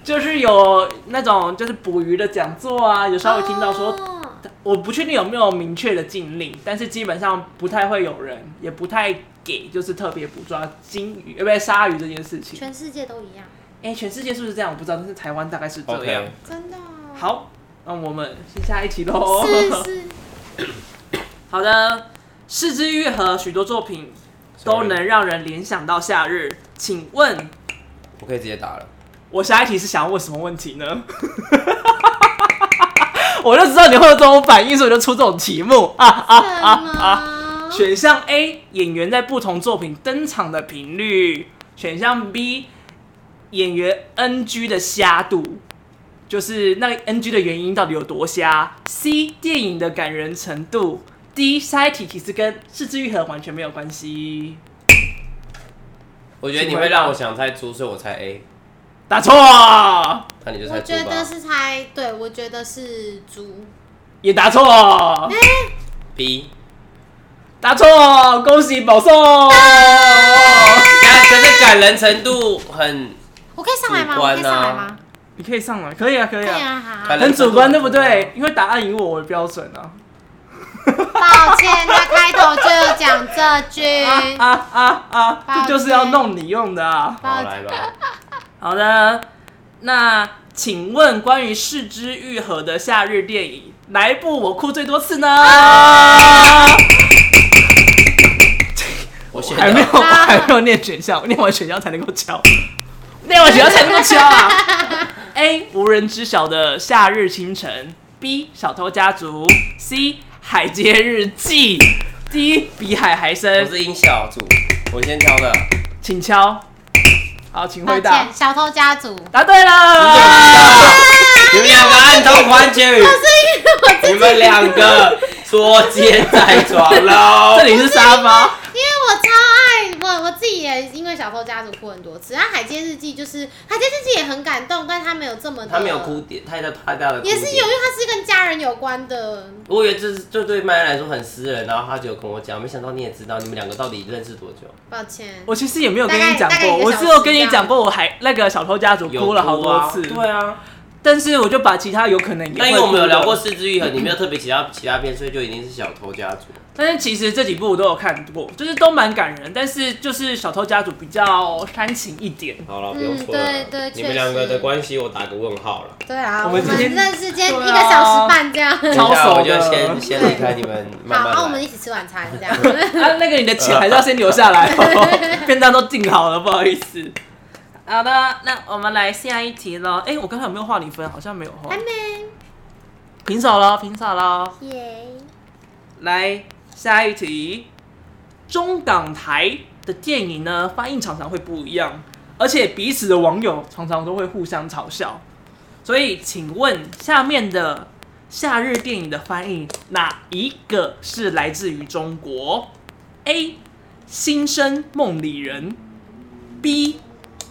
S1: 就是有那种就是捕鱼的讲座啊，有稍微听到说
S3: 哦
S1: 我不确定有没有明确的禁令，但是基本上不太会有人，也不太给，就是特别捕抓金鱼，呃，不是鲨鱼这件事情。
S3: 全世界都一样，
S1: 哎、全世界是不是这样？我不知道，但是台湾大概是这样。
S2: OK，
S3: 真的哦。
S1: 好，哦那我们先下一题喽。
S3: 是是，
S1: 好的，四肢愈合许多作品都能让人联想到夏日。请问，
S2: 我可以直接打了。
S1: 我下一题是想问什么问题呢？ 我就知道你会有这种反应，所以我就出这种题目啊啊啊
S3: 什
S1: 啊！
S3: 么？
S1: 选项 A 演员在不同作品登场的频率，选项 B 演员 NG 的瞎度，就是那个 NG 的原因到底有多瞎？C 电影的感人程度，D 下一题其实跟《四肢愈合》完全没有关系。
S2: 我觉得你会让我想猜猪，所以我猜 A，
S1: 答错，
S2: 那你就猜
S3: 我
S2: 猪
S3: 觉得
S2: 吧。
S3: 是猜，对我觉得是猪。
S1: 也答错，
S2: B，
S1: 答错，恭喜保送。啊
S2: 你看，可是感人程度很，
S3: 我可以上来吗？我可以上来吗？
S1: 你可以上来，可以啊啊，可以
S3: 对
S1: 啊，
S3: 啊，好
S2: 感。人
S1: 很
S2: 程度
S1: 主观对不对？？因为答案以我为标准啊。
S3: 抱歉，他开头就讲这句。
S1: 啊啊啊啊！这就是要弄你用的啊。
S2: 好，来吧。
S1: 好的，那请问关于四肢愈合的夏日电影，哪一部我哭最多次呢？
S2: 我选
S1: 还没有，我
S2: 到
S3: 啊
S1: 还没有念选项，我念完选项才能够敲，念完选项才能够敲 啊。A 无人知晓的夏日清晨，B 小偷家族，C 海街日记，D 比海还
S2: 我
S1: 深，
S2: 是音效组，我先挑的。
S1: 请敲。好，请
S3: 抱
S1: 回答
S3: 歉，。小偷家族。
S1: 答对了。
S2: 你们两个暗通款曲， 你们两个捉奸在床 喽
S1: 这！里是沙发，
S3: 因为我超爱我我自己也因为小偷家族哭很多次，然后《海街日记》就是《海街日记》也很感动，但他没有这么的，
S2: 他没有哭，点，太大太大的哭
S3: 也
S2: 点。
S3: 是有，因为它是跟家人有关的。
S2: 我以为这是这对麦恩来说很私人，然后他就跟我讲，没想到你也知道，你们两个到底认识多久？
S3: 抱歉，
S1: 我其实也没有跟你讲
S3: 大概大概一
S1: 过，
S3: 个
S1: 我
S3: 小
S1: 只
S3: 时
S1: 有跟你讲过，我还那个小偷家族
S2: 有
S1: 哭了好多
S2: 啊
S1: 次，
S2: 对啊，
S1: 但是我就把其他有可能也会哭
S2: 那因为我们有聊过《
S1: 的，
S2: 四肢愈合》，你没有特别其他其他片，所以就一定是小偷家族。
S1: 但是其实这几部我都有看过，就是都蛮感人，但是就是小偷家族比较煽情一点。
S2: 好了，
S3: 嗯
S2: 不用说了，
S3: 对对
S2: 你
S3: 确实
S2: 们两个的关系我打个问号了。
S3: 对啊，
S1: 我
S3: 我
S1: 们
S3: 们
S1: 今天
S3: 认识今天一
S1: 对啊
S3: 个小时半这样。
S2: 等一下
S1: 超
S2: 我
S1: 熟
S2: 就
S1: 的
S2: 先先离开你们，慢
S3: 好，那我
S2: 慢
S3: 们
S2: 来。
S3: 一起吃晚餐这样。
S1: 啊，那个你的钱还是要先留下来哦，便当都订好了，不好意思。好的，那我们来下一题喽。哎、我刚才有没有画你分？好像没有哦画
S3: 还，没
S1: 平手喽，平手喽。
S3: 耶，
S1: 来，下一题，中港台的电影呢，翻译常常会不一样，而且彼此的网友常常都会互相嘲笑。所以，请问下面的夏日电影的翻译哪一个是来自于中国？A. 新生梦里人，B.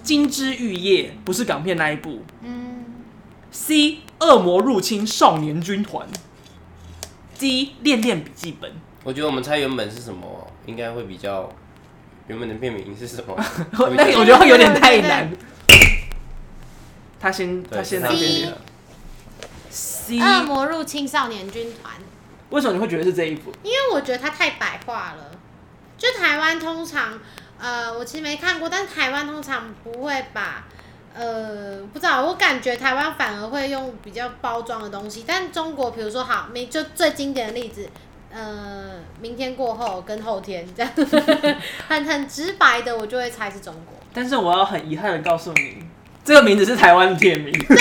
S1: 金枝玉叶，不是港片那一部
S3: 嗯，
S1: ，C. 恶魔入侵少年军团，D. 恋恋笔记本。？
S2: 我觉得我们猜原本是什么，应该会比较原本的片名是什么
S1: 那个我觉得会有点太难。他先，
S2: 对
S1: 他先
S2: 是
S1: 那
S2: 那
S1: 边
S2: 边
S1: 的
S2: 的
S1: C，
S3: 恶魔入侵少年军团，
S1: 为什么你会觉得是这一部？
S3: 因为我觉得它太白话了。就台湾通常，呃，我其实没看过，但是台湾通常不会把，呃，不知道，我感觉台湾反而会用比较包装的东西，但中国比如说好，明就最经典的例子。呃，明天过后跟后天这样，很很直白的，我就会猜是中国。
S1: 但是我要很遗憾的告诉你，这个名字是台湾的片名。请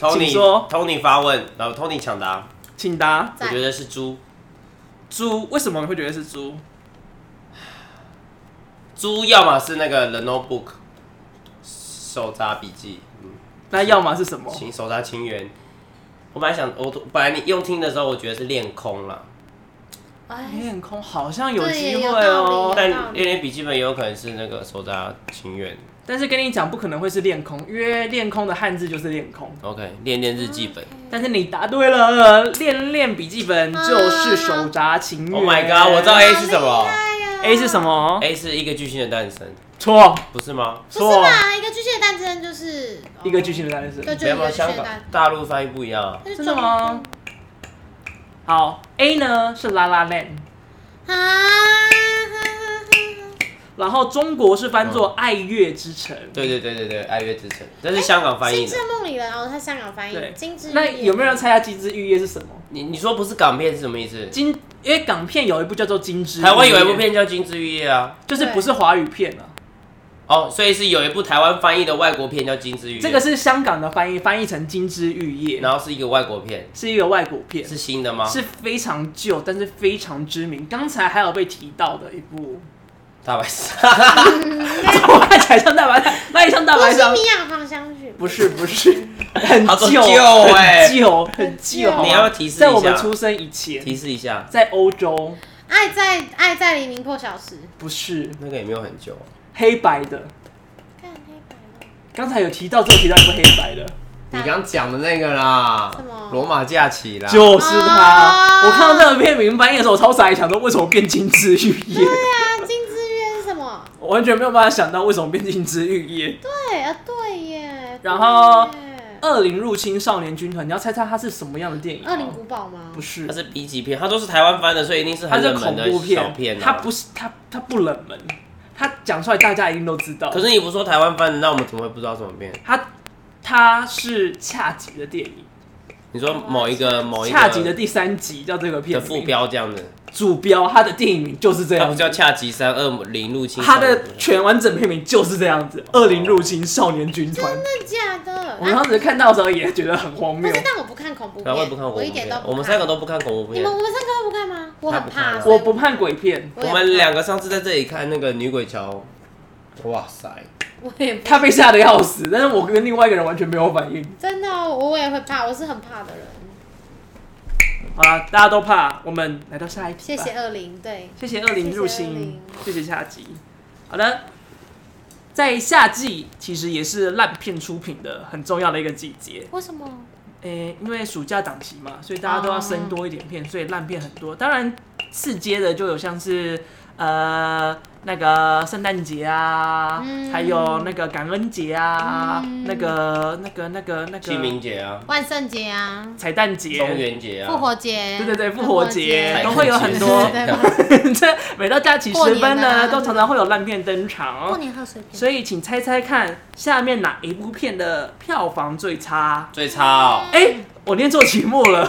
S2: Tony
S1: 说
S2: Tony 发问，然后 Tony 抢答，
S1: 请答，
S2: 我
S3: 在
S2: 觉得是猪。
S1: 猪，为什么你会觉得是猪？
S2: 猪要么是那个《The Notebook》手札笔记，嗯，
S1: 那要么是什么？
S2: 请手札情缘，我本来想，我本来你用听的时候，我觉得是练空了，
S3: 哎，
S1: 练空好像有
S3: 对
S1: 机
S3: 有
S1: 会
S3: 道理
S1: 哦，
S2: 但练练笔记本也有可能是那个手札情缘。
S1: 但是跟你讲不可能会是练空，因为练空的汉字就是练空。
S2: OK，练练日记本。
S1: 但是你答对了，练练笔记本
S3: 嗯
S1: 就是手札情缘。
S2: Oh my god，我知道 A 是什么
S1: A 是什么？
S3: 哎
S2: ，A 是一个巨星的诞生，
S1: 错
S2: 不是吗？
S3: 不是
S1: 错，啊
S3: 吧？一个巨蟹蛋真的就是
S1: 一个巨，星的诞生。
S3: 对，
S2: 没
S3: 就一
S2: 有没有，
S3: 个巨
S2: 香
S3: 蟹
S2: 港
S3: 蛋，
S2: 大陆翻译不一样啊。
S3: 就是
S1: 真的吗？好，A 呢是 La La Land，
S3: 啊？
S1: 然后中国是翻作《爱乐之城》。
S2: 嗯对对对对对，爱乐之城，这是香港翻译
S3: 哎金
S2: 的
S3: 枝。梦里人哦，他香港翻译
S1: 对
S3: 《金枝玉叶》。
S1: 那有没有人猜下《金枝玉叶》是什么？
S2: 你你说不是港片是什么意思？
S1: 金，因为港片有一部叫做《金枝》，
S2: 台湾有一部，片叫《金枝玉叶》啊，
S1: 就是不是华语片啊，
S2: 哦，所以是有一部台湾翻译的外国片叫《金枝玉叶》，
S1: 这个是香港的翻译，翻译成《金枝玉叶》，
S2: 然后是一个外国片，
S1: 是一个外国片，
S2: 是新的吗？
S1: 是非常旧，但是非常知名。刚才还有被提到的一 部，
S2: 大白鲨，
S1: 我看起来像大白鲨，那也像大
S3: 波
S1: 白
S3: 西
S1: 鲨？
S3: 米亚狂想曲？
S1: 不是不 是，很
S2: 他说
S1: 旧，
S2: 旧欸
S1: 很 旧，很旧。
S3: 你
S2: 你要不要提示一下
S1: 在我们出生以前，
S2: 提示一下，
S1: 在欧洲
S3: 爱在爱在黎明破晓时。
S1: 不是
S2: 那个也没有很久，
S1: 黑白的。
S3: 看黑白的
S1: 刚才有提到，只有提到一部黑白的，
S3: 大
S2: 讲的那个啦
S3: 什么
S2: 马假期》啦
S1: 就是它。
S3: 啊
S1: 我看到这个片名翻译的时候，我超傻眼，想说为什么变金枝玉 叶？
S3: 对啊，金枝玉叶是什么？
S1: 我完全没有办法想到为什么变金枝玉叶。
S3: 对啊，对耶。
S1: 然后
S3: 对耶
S1: 恶灵入侵少年军团，你要猜猜它是什么样的电影吗？
S3: 恶灵古堡吗？
S1: 不是
S2: 它，是 B 级片，它都是台湾翻的，所以一定是
S1: 它
S2: 很
S1: 是
S2: 冷门
S1: 恐
S2: 的
S1: 怖
S2: 小
S1: 片，
S2: 片、啊。
S1: 它不，是它它不冷门，它讲出来大家一定都知道。
S2: 可是你不说台湾翻的，那我们怎么会不知道什么片？
S1: 它它是恰吉的电影，
S2: 你说某一个哦某一个
S1: 恰吉的第三集叫这个片
S2: 的
S1: 名
S2: 副标这样子，
S1: 主标，它的电影名就是这
S2: 它
S1: 样
S2: 不
S1: 子
S2: 叫恰吉三二零入侵，
S1: 它的全完整片名就是这样子，
S2: 哦
S1: 《恶灵入侵少年军团》。
S3: 真的假的？啊
S1: 我当时看到的时候也觉得很荒
S3: 不
S1: 谬
S3: 是，，但我不看恐怖
S2: 然
S3: 片，
S2: 后我也不看恐怖
S3: 一点
S2: 片
S3: 都，不
S2: 我们三个
S3: 看
S2: 都不看恐怖
S3: 你
S2: 片
S3: 们我。们三个都不看吗？我很
S2: 他不
S3: 怕，
S2: 看
S3: 所以
S1: 我不看鬼片，
S3: 我
S2: 我
S3: 也不
S2: 们
S3: 看
S2: 两个上次在这里看那个女鬼桥，哇塞，
S3: 我也不
S1: 他被吓得要死，但是我跟另外一个人完全没有反应。
S3: 真的哦，我也会怕，我是很怕的人。
S1: 好啦，大家都怕，我们来到下一题
S3: 谢
S1: 吧。
S3: 谢恶灵，对，
S1: 谢谢恶灵入
S3: 谢谢恶
S1: 侵
S3: 灵，
S1: 谢谢夏季。好的，在夏季其实也是烂片出品的很重要的一个季节。
S3: 为什么？
S1: 诶、因为暑假档期嘛，所以大家都
S3: 哦
S1: 要生多一点片，所以烂片很多。当然，次接的就有像是呃那个圣诞节啊，
S3: 嗯
S1: 还有那个感恩节啊，
S3: 嗯
S1: 那个那个那个那
S2: 清
S1: 个
S2: 明节啊，
S3: 万圣节啊，
S1: 彩蛋
S2: 中
S1: 节。
S2: 元节啊，
S3: 复活节，
S1: 对对对复活节
S2: 彩
S1: 都
S2: 虹
S1: 会有
S2: 节
S1: 很多
S3: 对吧
S1: 这每到假期
S3: 过
S1: 时
S3: 年
S1: 分
S3: 啊
S1: 呢，都常常会有烂片登
S3: 过
S1: 场。
S3: 年 贺岁片，
S1: 所以，请猜猜看，下面哪一部片的票房最差？
S2: 最差哦，
S1: 哎、我念错题目了，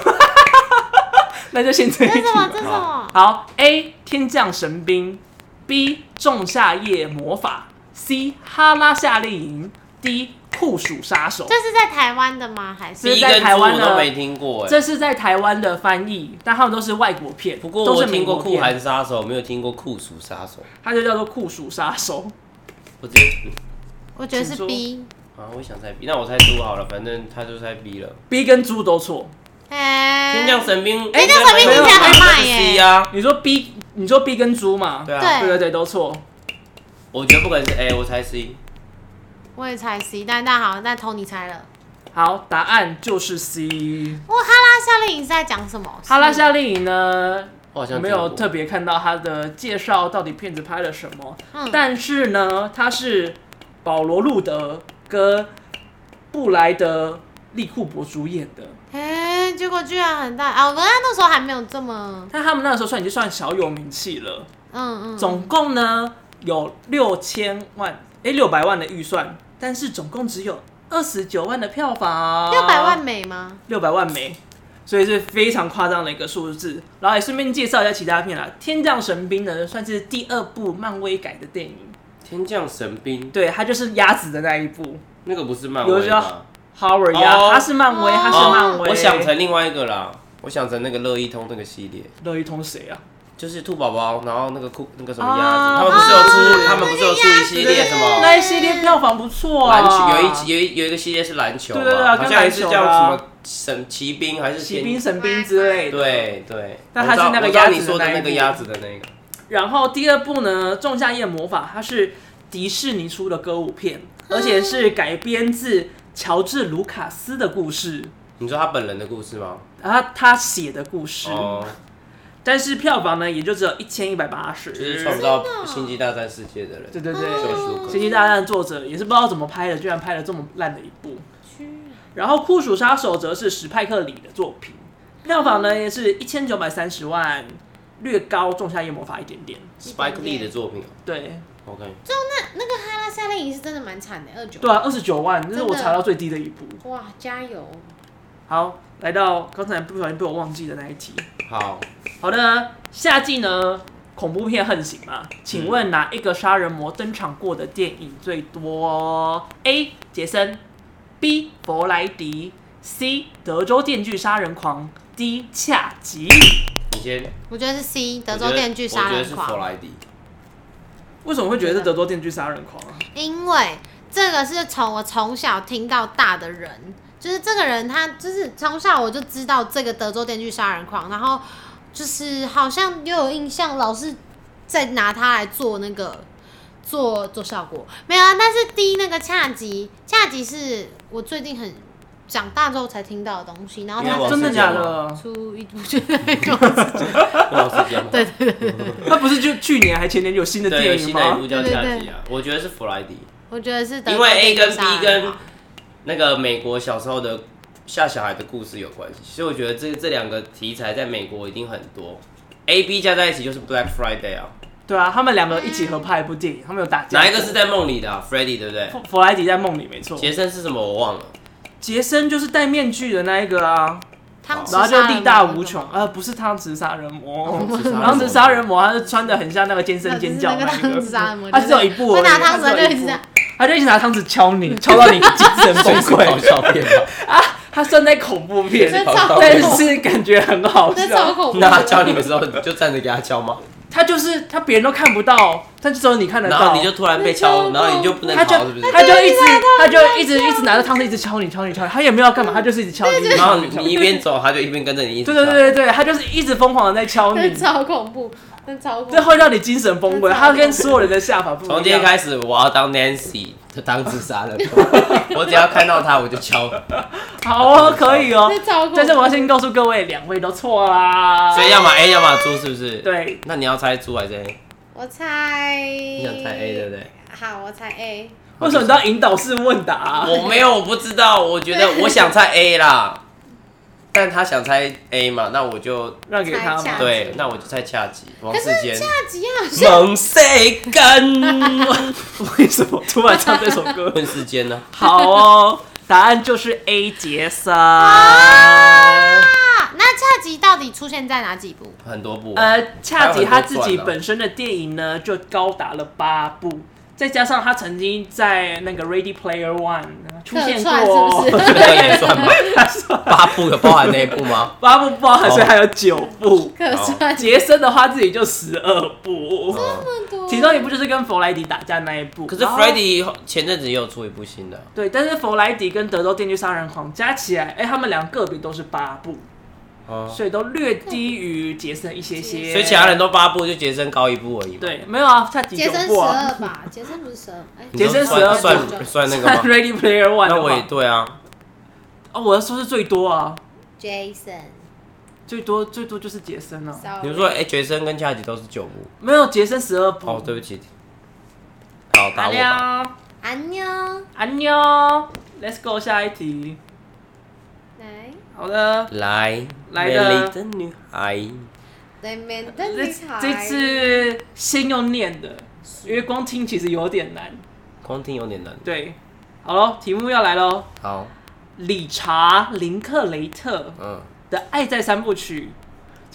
S1: 那就先这一
S3: 这
S1: 题
S3: 是什么？
S1: 吧
S3: 这。是什么？
S1: 好，A 天降神兵，B 仲夏夜魔法，C 哈拉夏令营，D 酷暑杀手
S3: 这。是在台湾的吗？还
S1: 这
S3: 是
S1: 是
S2: 第一
S1: 在
S2: 跟
S1: 台湾
S2: 猪
S1: 的
S2: 我都没听过哎，
S1: 这是在台湾的翻译，但他们都是外国片，
S2: 不过
S1: 都
S2: 我
S1: 是
S2: 听
S1: 美
S2: 过
S1: 国
S2: 酷
S1: 片，
S2: 寒杀手，没有听过酷暑杀手，
S1: 它就叫做酷暑杀手。
S2: 我直接
S3: 我觉得
S1: 请
S3: 是
S1: 说
S3: B。
S2: 啊，我也想猜 B，那我猜猪好了，反正他就猜 B 了。
S1: B 跟猪都错。
S3: 哎，
S2: 天降神兵，哎
S3: 天降神兵听起来很慢耶
S2: C 啊，
S1: 你说 B，你说 B 跟猪嘛？
S2: 对啊，
S3: 对
S1: 对对对，都错。
S2: 我觉得不可能是 A，我猜 C。
S3: 我也猜 C，但但好，那 Tony 猜了。
S1: 好，答案就是 C。
S3: 哇，哈拉夏令营是在讲什么？
S1: 哈拉夏令营呢，
S2: 我好像
S1: 我
S2: 听
S1: 没有
S2: 过
S1: 特别看到它的介绍，到底片子拍了什么。
S3: 嗯
S1: 但是呢，它是保罗·路德跟布莱德利库伯主演的。
S3: 哎、结果居然很大啊！我们那时候还没有这么，
S1: 但他们那时候算已经算小有名气了。
S3: 嗯嗯，
S1: 总共呢有六千万，哎，六百万的预算，但是总共只有二十九万的票房，
S3: 六百万美吗？
S1: 六百万枚，所以是非常夸张的一个数字。然后也顺便介绍一下其他片啦，《天降神兵》呢算是第二部漫威改的电影，
S2: 天降神兵，
S1: 对，它就是鸭子的那一部。
S2: 那个不是漫
S1: 有
S2: 威
S1: 一
S2: 吧
S1: 张？Howard 鸭，
S2: 哦
S1: 它是漫威，
S3: 哦
S1: 它是漫威。
S2: 我想成另外一个啦，我想成那个乐一通那个系列，
S1: 乐一通是谁啊？
S2: 就是兔宝宝，然后那个酷那个什么
S1: 啊
S2: 鸭子，他们不是有出，
S3: 啊
S2: 他们不是有出一系列什么
S1: 那一系列票房不错啊，
S2: 篮球，有一集有一有一个系列是篮球嘛，
S1: 对对对啊
S2: 好像也是
S1: 跟篮球
S2: 叫什
S1: 啊
S2: 么神骑兵还是
S1: 骑
S2: 天
S1: 兵、神兵之类的。
S2: 对对，
S1: 但它是
S2: 我知
S1: 那
S2: 道
S1: 个
S2: 我知道
S1: 鸭
S2: 你
S1: 子
S2: 说
S1: 的
S2: 的
S1: 那
S2: 那
S1: 一
S2: 个
S1: 部
S2: 鸭子的那个，
S1: 然后第二部呢，《仲夏夜魔法》，它是迪士尼出的歌舞片，
S2: 啊
S1: 而且是改编自乔治·卢卡斯的故事，
S2: 你说他本人的故事吗？
S1: 他他写的故事。
S2: 哦，
S1: 但是票房呢，也就只有一千一百八十。
S2: 就是创造《星际大战》世界的人，
S1: 对对
S2: 就
S1: 对，
S2: 是卢
S1: 《
S2: 克
S1: 星际大战》作者也是不知道怎么拍的，居然拍了这么烂的一部。
S3: 居
S1: 然
S3: 然
S1: 后《酷暑杀手》则是史派克里的作品，票房呢也是一千九百三十万，略高《仲夏夜魔法》一点点。
S2: Spike Lee 的作品哦。
S1: 对
S2: OK，
S3: 那个哈拉夏令营是真的蛮惨的，二九。
S1: 对啊，二十九万，这是
S3: 真的
S1: 我查到最低的一部。
S3: 哇，加油！
S1: 好，来到刚才不小心被我忘记的那一题。
S2: 好，
S1: 好的，夏季呢，恐怖片横行嘛？请问哪一个杀人魔登场过的电影最多？A. 杰森，B. 弗莱迪，C. 德州电锯杀人狂，D. 恰吉。
S2: 你先。
S3: 我觉得是 C，德
S2: 我
S3: 州
S2: 觉得
S3: 电锯杀
S2: 我觉得
S3: 人
S2: 是弗
S3: 狂，
S2: 莱迪。
S1: 为什么会觉
S3: 啊
S1: 得是德州电锯杀人狂啊？
S3: 因为这个是从我从小听到大的人，就是这个人他就是从小我就知道这个德州电锯杀人狂，然后就是好像又有印象，老是在拿它来做那个做做效果，没有啊。但是 D 那个恰吉，恰吉是我最近很长大之后才听到的东西，然后
S2: 因为
S3: 他
S2: 我
S1: 真的假的？
S3: 出一部剧，对
S2: 老师讲，对
S3: 对对，
S1: 那不是就去年还前年有新的
S2: 对，
S1: 电
S2: 新
S1: 影
S2: 的一
S1: 吗
S2: 部？叫《
S3: 对对
S2: 恰
S3: 对
S2: 吉》啊，我觉得是弗莱迪，
S3: 我觉得是德
S2: 因
S3: 州
S2: 为 A
S3: 电
S2: 跟
S3: 锯杀
S2: B 跟
S3: 人狂
S2: 那个美国小时候的吓小孩的故事有关系，所以我觉得这这两个题材在美国一定很多。A、B 加在一起就是 Black Friday 啊，
S1: 对啊，他们两个一起合拍一部电影，他们有打架。
S2: 哪一个是在梦里的、啊、？Freddy 对不对？
S1: 弗弗莱迪在梦里？没错，
S2: 杰森是什么？我忘了。
S1: 杰森就是戴面具的那一个啊。
S2: 哦
S3: 汤匙
S1: 然后就
S3: 杀人
S1: 力大
S3: 魔
S1: 无
S3: 那个
S1: 穷
S3: 吗，
S1: 呃，不是汤匙杀人魔，
S2: 哦汤匙杀人魔
S1: 汤匙杀人魔，他是穿的很像那个尖声尖叫
S3: 那就是那个汤匙啊杀人
S1: 那
S3: 魔
S1: 个，他只有一部而已，
S3: 会拿汤匙
S1: 他只有一
S3: 就一
S1: 部
S3: 直这样，
S1: 他就一直拿汤匙敲你，敲 到你精神崩
S2: 搞
S1: 溃。啊
S2: 笑片吧，
S1: 他算在恐怖片，
S3: 这
S2: 好
S3: 超
S1: 但
S3: 恐怖，
S1: 是感觉很好
S3: 这超
S1: 笑。
S3: 恐 怖
S2: 那他
S3: 的。
S2: 敲你的时候，你就站着给他敲吗？
S1: 他就是他别人都看不到，但只有你看得
S2: 然后
S1: 到
S2: 你。就突然被敲，然后你就不能
S1: 他就
S2: 逃，是不是？
S1: 他就一直他就一直一直拿着汤匙一直敲你敲你敲你，他也没有干嘛，他就是一直敲你。一直
S2: 然
S1: 敲
S2: 后
S1: 你敲
S2: 你一
S1: 你
S2: 边走，他就一边跟着你一起
S1: 对
S2: 敲。
S1: 对对对对，他就是一直疯狂的在敲你
S3: 真，超恐怖，真超恐
S1: 这
S3: 怖。
S1: 会让你精神崩溃。他跟所有人的下法不一样。
S2: 从今天开始，我要当 Nancy 当自杀 人魔，我只要看到他我就敲。
S1: 好哦，可以哦
S3: 这。超恐怖！
S1: 但是我要先告诉各位，两位都错啦
S2: 所。以要么 A，要么猪，是不是？。
S1: 对，
S2: 那你要猜猪还是 A？
S3: 我猜，
S2: 你
S3: 你
S2: 想猜 A 对不对？
S3: 好，我猜 A。
S1: 为什么你要引导式问答、啊
S2: 我没有，我不知道。我觉得我想猜 A 啦，但他想猜 A 嘛，那我就
S1: 让给他嘛。
S3: 猜
S2: 对，那我就猜恰吉王
S3: 可
S2: 世
S3: 是
S2: 坚。
S3: 恰吉好像
S2: 猛谁 干？
S1: 为什么突然唱这首
S2: ？
S1: 歌
S2: 问世间呢？
S1: 好哦，答案就是 A 杰森。
S3: 啊，那恰吉到底出现在哪几部？
S2: 很多部。啊
S1: 呃，恰吉他自己本身的电影呢，就高达了八部。再加上他曾经在那个《Ready Player One》出现
S3: 客串是
S1: 过，
S3: 不是？
S2: 这个也算吧，八部有包含那一部吗？
S1: 八部包含，所以还有九部。
S3: 客串
S1: 杰森的话自己就十二部，
S2: 嗯
S3: 这么多，
S1: 其中一部就是跟弗莱迪打架那一部。
S2: 可是
S1: 然后
S2: Freddy 前阵子也有出一部新的，啊
S1: 对，但是弗莱迪跟德州电锯杀人狂加起来，哎、他们俩个别都是八部，
S2: 哦，
S1: 所以都略低于杰森一些些。
S2: 所以其他人都八部，就杰森高一步而已。，
S1: 对没有啊，他第
S3: 杰
S1: 九
S3: 森
S1: 部
S3: 十
S1: 啊。
S3: 二 吧？杰森不是十二？哎，
S1: 杰森
S2: 算
S1: 12
S2: 算算 那个
S1: 看
S2: 吗？
S1: Ready Player One
S2: 那
S1: 的
S2: 我也
S1: 话，
S2: 对啊，
S1: 哦，我要说是最多啊，
S3: Jason，
S1: 最多最多就是杰森啊，
S2: 你们
S3: sorry
S2: 说哎，杰森跟恰吉都是九部。
S1: 没有杰森十二部。
S2: 哦，对不起，好打
S1: 安
S2: 我吧。
S1: 妞，
S3: 安妞，
S1: 安妞，Let's go 下一题。
S3: 来，
S1: 好的，
S2: 来，
S1: 来
S2: 美
S1: 的
S2: 丽的女孩，
S3: 对面的
S1: 这
S3: 女孩，
S1: 这次先用念的，因为光听其实有点难。
S2: 光听有点难。
S1: 对，好喽，题目要来喽。
S2: 好，
S1: 理查·林克雷特
S2: 嗯，
S1: 的《爱在三部曲》，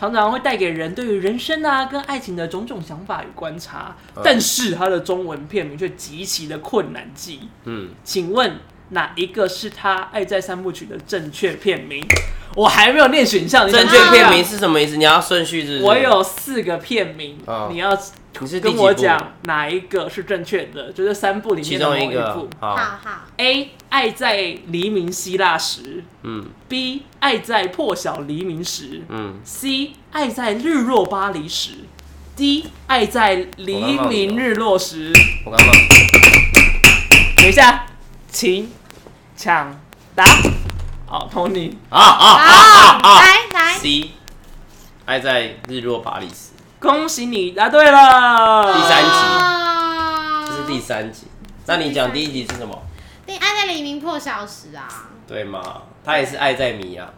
S1: 常常会带给人对于人生啊跟爱情的种种想法与观察，
S2: 嗯
S1: 但是它的中文片名却极其的困难记。
S2: 嗯，
S1: 请问哪一个是他《爱在三部曲》的正确片名？我还没有念选项，你想
S2: 正确片名
S1: 听
S2: 是什么意思？你要顺序
S1: 一
S2: 是不是？
S1: 下。我，有四个片名
S2: 啊，
S1: 你要
S2: 你是第
S1: 跟
S2: 几
S1: 我
S2: 部？
S1: 讲哪一个是正确的，就是三部里
S2: 其
S1: 面的某
S2: 中一
S1: 一
S2: 个
S1: 部。。
S3: 好
S2: 好，
S3: 好，
S1: A. 爱在黎明希腊时
S2: 嗯
S1: ；B. 爱在破晓黎明时
S2: 嗯，
S1: ；C. 爱在日落巴黎时；D. 爱在黎明日落时。
S2: 我刚刚
S1: 等一下，请抢答。好，Tony，
S2: 啊啊啊啊
S3: 好，
S2: 啊
S3: 来来，
S2: ！C，爱在日落巴黎时，
S1: 恭喜你答对了。
S2: 第三集
S3: 集
S2: 这是第三集。那你讲第一集是什么？
S3: 第爱在黎明破晓时啊，
S2: 对吗？他也是爱在迷啊。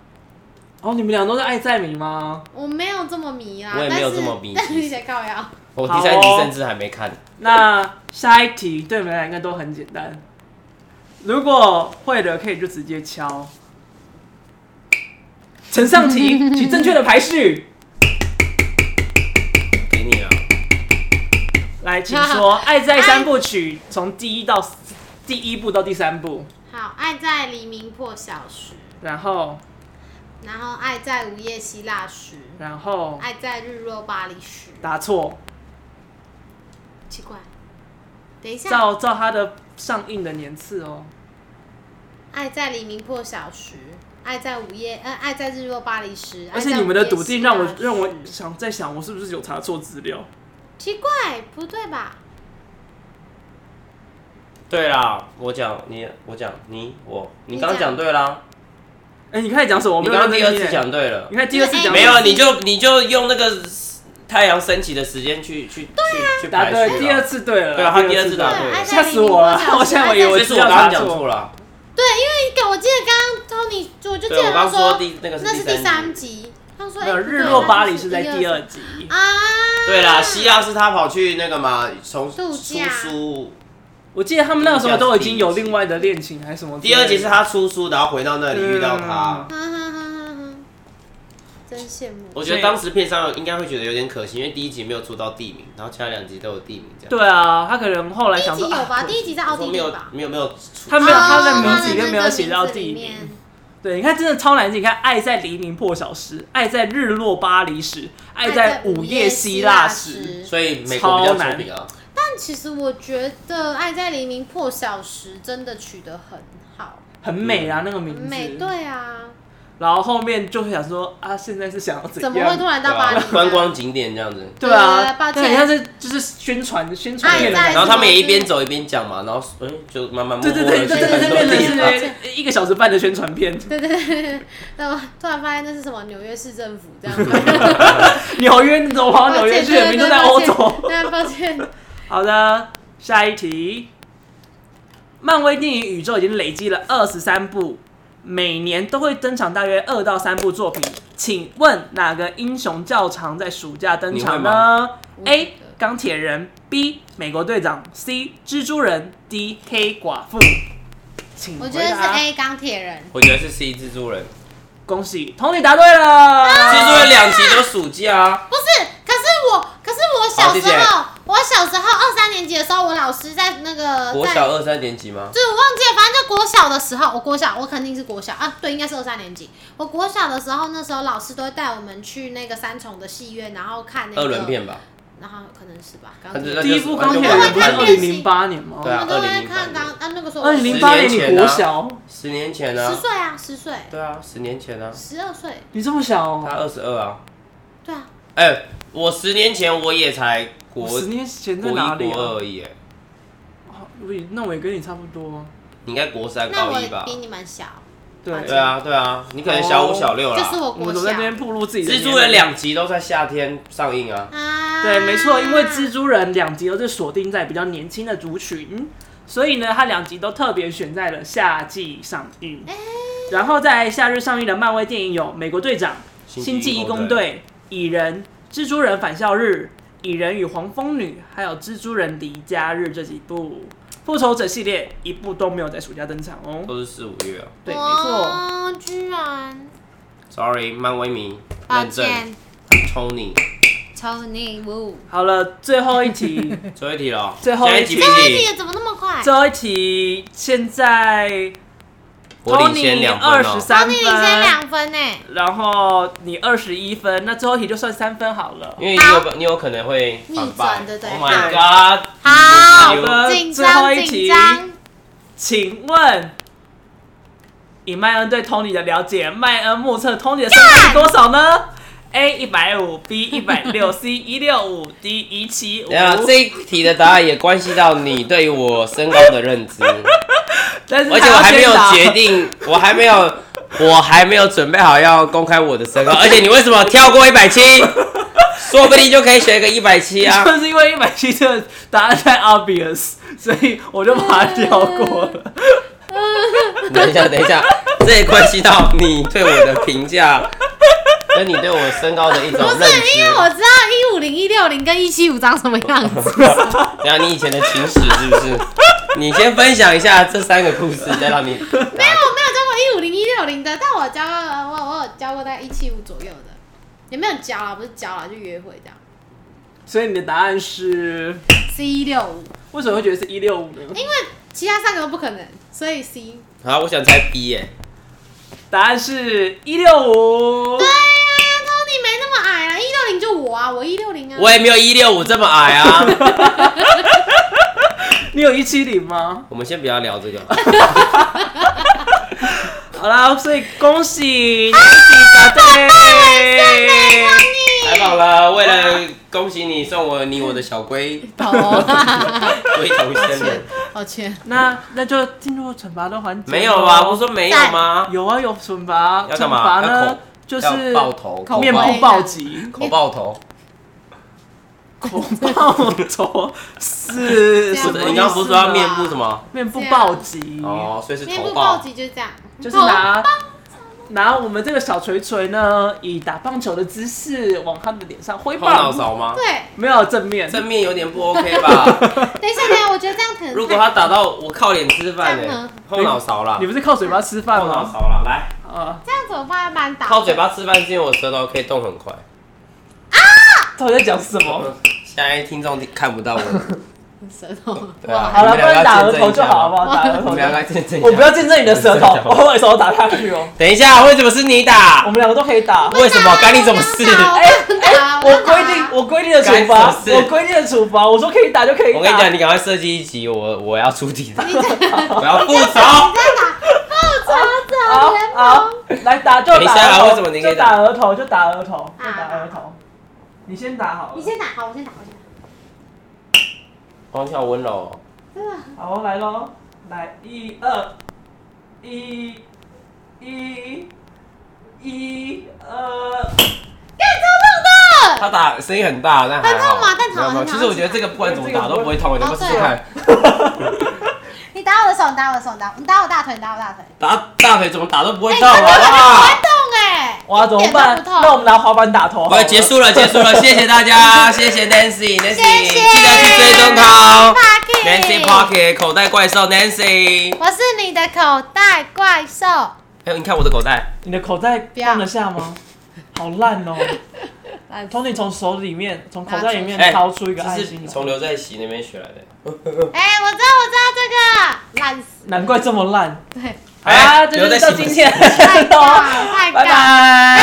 S1: 哦，你们俩都是爱在迷吗？
S3: 我没有这么迷啊，
S2: 我也没有这么 迷
S3: 但是但是写高瑶，
S2: 我第三集甚至还没看。
S1: 那下一题对你们俩应该都很简单。如果会的，可以就直接敲。呈上 题，请正确的排序。
S2: 给你啊，
S1: 来，请说《爱在三部曲》从第 一到第一部到第三部，
S3: 好，爱在黎明破晓时，
S1: 然后，
S3: 然后爱在午夜希腊时，
S1: 然后
S3: 爱在日落巴黎时，
S1: 答错。
S3: 奇怪，等一下，
S1: 照照它的上映的年次哦。
S3: 爱在黎明破晓时，爱在午夜，呃，爱在日落巴黎时，
S1: 而且你们的笃定让我
S3: 爱在午夜希腊时
S1: 让我想在想，我是不是有查错资料？
S3: 奇怪，不对吧？
S2: 对啦，我讲你，我讲你，我你
S3: 你
S2: 刚刚
S3: 讲
S2: 讲对啦，
S1: 哎、你开始讲什么？我
S2: 你
S1: 没有
S2: 刚刚第二
S1: 认真听
S2: 次
S1: 耶，
S2: 讲对了
S1: 你，看第二次
S3: 就是
S1: 讲
S2: 没有，你
S3: 第
S2: 就你就用那个太阳升起的时间去去去去
S1: 答
S2: 排
S1: 对，
S2: 序啊。
S1: 第二次对了，
S2: 对啊他第二次答对
S3: 爱
S1: 吓
S3: 在黎
S1: 死我
S3: 明破
S1: 了
S3: 晓！时
S1: 我现在我以
S2: 所
S1: 为
S2: 以是
S1: 资
S2: 我
S1: 料
S2: 刚
S1: 查
S2: 刚讲
S1: 错
S2: 错
S1: 了。
S2: 了，
S3: 对，因为我记得刚刚 Tony，我就记
S2: 对我
S3: 得他
S2: 刚
S3: 说
S2: 说第那个
S3: 那是
S2: 是
S3: 第三
S2: 集。
S3: 集，他说
S1: 没有，
S3: 哎不对
S1: 日落巴黎
S3: 那
S1: 是在第二集。
S3: 啊，
S2: 对啦，希腊是他跑去那个嘛，从
S3: 度
S2: 出
S3: 假
S2: 书，
S1: 我记得他们那个时候都已经有另外的恋情还是什么之类
S2: 第
S1: 的。
S2: 二集是他出书，然后回到那里遇到
S1: 嗯
S2: 他。
S3: 哈哈哈哈哈，真羡慕。
S2: 我觉得当时片商应该会觉得有点可惜，因为第一集没有出到地名，然后其他两集都有地名这样。
S1: 对啊，他可能后来
S3: 第一
S1: 想
S3: 集
S1: 说，
S3: 有吧？
S1: 啊
S3: 第一集在
S2: 我
S3: 奥
S2: 说
S3: 地
S2: 没
S3: 利
S2: 有
S3: 吧？
S2: 没有没有出，
S1: 他没有，
S3: 哦
S1: 他的
S3: 那
S1: 名字里面没有
S3: 那
S1: 写到地
S3: 名字里
S1: 名
S3: 面。
S1: 对，你看真的超难记。你看，爱在黎明破晓时，爱在日落巴黎时，爱在午夜希腊时。，
S2: 所以美国比较出名啊。
S3: 但其实我觉得《爱在黎明破晓时》真的取得很好，
S1: 很美啊，那个名
S3: 很
S1: 字。
S3: 美。对啊，
S1: 然后后面就会想说啊，现在是想要怎
S3: 怎
S1: 样？啊
S3: 么会突然到巴黎啊呢？
S2: 观光景点这样子。
S1: 对啊
S3: 对，抱歉
S1: 对，他是就是宣传宣传片的
S3: 爱
S1: 感
S3: 在
S2: 然后
S1: 觉。
S2: 他们也一边走一边讲嘛，然后嗯就慢慢默
S1: 对
S2: 默
S1: 对
S2: 的
S1: 对对
S2: 去
S1: 对
S2: 很
S1: 对
S2: 多
S1: 对
S2: 地方。
S1: 对对，一个小时半的宣传片，
S3: 对对对，对我突然发现那是什么纽约市政府这样子。
S1: 纽约你走跑到纽约去，明明都在欧洲。
S3: 那抱歉，
S1: 好的，下一题。漫威电影宇宙已经累积了二十三部，每年都会登场大约二到三部作品。请问哪个英雄较常在暑假登场呢
S3: 你会吗
S1: ？A. 钢铁人 B. 美国队长 C. 蜘蛛人 D. 黑寡妇。请
S3: 我
S1: 回
S3: 觉得是
S1: 答。
S3: A 钢铁人，
S2: 我觉得是 C 蜘蛛人，
S1: 恭喜 Tony 答对了。
S2: 蜘蛛人两集都暑假啊，
S3: 不是。可是我，可是我小
S2: 好谢谢
S3: 时候，我小时候二三年级的时候，我老师在那个
S2: 国
S3: 哦在
S2: 小二三年级吗？
S3: 就是我忘记了，反正就国小的时候，我国小我肯定是国小啊，对，应该是二三年级。我国小的时候，那时候老师都会带我们去那个三重的戏院，然后看那个
S2: 二轮，片吧，
S3: 然后可能是吧，刚
S2: 那就那
S1: 第一部钢铁
S2: 那
S1: 人
S2: 就
S1: 不是
S3: 他
S1: 二零零八年吗？
S2: 对
S3: 我
S2: 啊
S3: 们都会
S2: 2008
S3: 看刚啊那个时候我
S1: 二零零八年你国小，
S2: 十年前
S3: 十
S2: 啊，
S3: 岁啊，十岁，
S2: 对啊，十年前啊，
S3: 十二岁，
S1: 你这么小哦、
S2: 他二十二啊，
S3: 对啊，
S2: 哎，我十年前我也才国
S1: 我十年前
S2: 国
S1: 在哪
S2: 一
S1: 里、
S2: 国
S1: 啊
S2: 二？而已，哎
S1: 哦我也那我也跟你差不多。
S2: 你应该国三
S3: 那
S2: 高
S3: 我
S2: 一吧
S3: 比？你们小，
S1: 对
S2: 对，啊对啊，你可能小五
S1: 哦
S2: 小六
S3: 这是
S2: 啦。
S3: 我
S1: 我
S3: 国
S1: 们
S3: 小
S1: 都在那边暴露自己的
S2: 蜘
S1: 年龄。
S2: 蛛人两集都在夏天上映啊，
S3: 啊，
S1: 对，没错，因为蜘蛛人两集都是锁定在比较年轻的族群，所以呢，它两集都特别选在了夏季上映。然后在夏日上映的漫威电影有《美国队长》《星际
S2: 义
S1: 义工队》《蚁人》《蜘蛛人返校日》《蚁人与黄蜂女》，还有《蜘蛛人离家日》这几部。复仇者系列一部都没有在暑假登场哦。
S2: 都是四五月啊。
S1: 对，没错。
S3: 哇，哦居然，
S2: Sorry，漫威迷，
S3: 抱
S2: 认证
S3: 歉
S2: ，Tony。
S3: ，Tony Wu，
S1: 好了，最后一 题，
S2: 最后一题了，
S1: 最后一
S2: 现在
S1: 题
S2: 几比
S3: 哎这一
S2: 几？
S3: 题怎么那么快？
S1: 最后一题，现在
S2: 我领先两分
S1: 二十
S2: 哦。
S1: 三分，
S3: 你领先两分呢、
S1: 然后你二十一分，那最后一题就算三分好了。
S2: 因为你有你有可能会反败
S3: 逆转对不对
S2: Oh my god！
S3: 好
S1: 好的，
S3: 紧
S1: 最后
S3: 张
S1: 一
S3: 紧
S1: 题，
S3: 张，
S1: 请问，以麦恩对 Tony 的了解，麦恩目测 Tony 的身高是多少呢？A 一百五，B 一百 六，C 一六五，D 一七五。
S2: 等一下啊这一题的答案也关系到你对于我身高的认 知，
S1: 但是
S2: 而且
S1: 他
S2: 我
S1: 要
S2: 还没有
S1: 先答
S2: 决。定，我还没有，我还没有准备好要公开我的 身高。而且你为什么跳过一百七？说不定就可以选一个一百七 啊！
S1: 就是因为一百七的答案太 obvious，所以我就把它跳过了。
S2: 等一下，等一下，这也关系到你对我的评价，跟你对我身高的一种认
S3: 不是因为
S2: 知。
S3: 我知道一五零、一六零跟一七五长什么样 子，
S2: 等一下你以前的情史是不 是？你先分享一下这三个故事，再让你
S3: 没有，我没有教过一五零、一六零的，但我教过我我有教过大概一七五左右的，也没有教啦，不是教啦，就约会这样。
S1: 所以你的答案是，
S3: C 一六五，
S1: 为什么会觉得是一六五呢？
S3: 因为其他三个都不可能，所以 C。
S2: 好，我想猜 B 耶、
S1: 答案是一六五。
S3: 对呀、啊、，Tony 没那么矮啊，一六零就我啊，我一六零啊。
S2: 我也没有一六五这么矮啊。
S1: 你有一七零吗？
S2: 我们先不要聊 这个，
S1: 好啦，所以恭喜你一起答对。
S2: 太棒了！为了恭喜你送我你我的小龟
S3: 哦，
S2: 龟头仙 人，
S3: 抱歉，
S1: 那那就进入惩罚的环节。
S2: 没有啊？不是？说没有吗？
S1: 有啊，有惩罚。
S2: 要
S1: 惩
S2: 干嘛
S1: 罚
S2: 要
S1: 呢
S2: 口？
S1: 就是
S2: 要爆头，口
S1: 面
S2: 爆
S1: 部暴击，
S2: 口爆头。
S1: 口爆头是
S3: 这
S1: 什
S2: 不是
S3: 样
S1: 么？
S2: 你刚刚不是说要面部什么？
S1: 面部暴击？
S2: 哦，所以是
S3: 面
S2: 头
S3: 部
S2: 爆
S3: 暴。击就这样，
S1: 就是拿拿我们这个小锤锤呢，以打棒球的姿势往他们的脸上挥
S2: 后
S1: 棒。
S2: 脑勺吗？
S3: 对，
S1: 没有正面，
S2: 正面有点不 OK 吧？
S3: 等一下，等一下，我觉得这样可能
S2: 如果他打到我靠脸吃饭
S3: 这样
S2: 呢
S3: 呢？
S2: 后脑勺啦
S1: 你，不是靠嘴巴吃饭
S2: 后脑
S1: 吗？
S2: 勺啦，来，
S1: 啊，
S3: 这样子我怕蛮打。
S2: 靠嘴巴吃饭是因为我舌头可以动很快。
S1: 到底在讲什么？
S2: 现在听众看不到我，
S3: 舌头。
S2: 对 啊，
S1: 好了，
S2: 你们
S1: 不
S2: 两个
S1: 然
S2: 要
S1: 打额
S2: 见证
S1: 头
S2: 一
S1: 就
S2: 下
S1: 好，好
S2: 吗
S1: 不好？打额
S2: 我
S1: 头就
S2: 们两
S1: 好。
S2: 个要见证一下。
S1: 我不要见证你的舌头，我把我的舌头打下去哦。
S2: 等一下，为什么是你打
S1: 我？们两个都可以打。
S2: 为什么？干你什么事？
S3: 哎
S1: 哎
S3: 哎
S1: 我规定，我规定的处
S2: 干
S1: 罚
S2: 什么，事
S1: 我规定的处罚，我说可以打就可 以打。
S2: 我跟你讲，你赶快设计一集，我我要出题的，
S3: 你这样
S2: 我要复
S3: 打
S2: 仇。
S3: 复仇者联
S1: 好
S3: 盟。，
S1: 来打就
S2: 等一
S1: 打
S2: 下啊
S1: 额头，
S2: 为什么你可以
S1: 就打额头，就打额头，就
S3: 啊
S1: 打额头。你先打好了。
S3: 你先打，好，我先打，我先打。
S2: 王小哦温柔，
S3: 真的，
S1: 好，来喽，来一二，一，一，一 二，
S3: 干超痛的。
S2: 他打声音很大，但还好
S3: 很痛吗但好
S2: 没有没有
S3: 很好
S2: 其实我觉得这个不管怎么打都不会痛，你要不要试试看？
S3: 你打我的手，你打我的手，你打，你打我大腿，你打我大腿。
S2: 打大腿怎么打都不会
S3: 哎，
S2: 痛，
S3: 他
S2: 好
S3: 根本
S2: 不
S3: 就不会
S2: 好？
S3: 动哎。
S1: 哇，怎么
S3: 一点都
S1: 办？
S3: 不痛
S1: 那我们拿滑板打头好了。
S2: 快结束了，结束了，谢谢大家，谢谢 Nancy，Nancy，
S3: 谢谢
S2: 记得去追踪他哦。
S3: Pocket
S2: Nancy Pocket 口袋怪兽 Nancy，
S3: 我是你的口袋 怪兽，
S2: 哎呦，你看我的口袋，
S1: 你的口袋
S3: 要
S1: 放得下吗？好烂哦、
S3: 来，
S1: Tony 从手里面，从口袋里面
S2: 哎，
S1: 掏出一个爱
S2: 这
S1: 心
S2: 是
S1: 来，
S2: 从刘在熙那边学来的。
S3: 哎，我知道，我知道这个，烂死，
S1: 难怪这么烂。
S3: 对，
S1: 好啦，
S2: 哎
S1: 这就是
S2: 刘在
S1: 到
S2: 熙
S1: 今天
S3: 太
S1: 喽，
S3: 尬，太
S1: 拜
S3: 尬。
S1: 拜。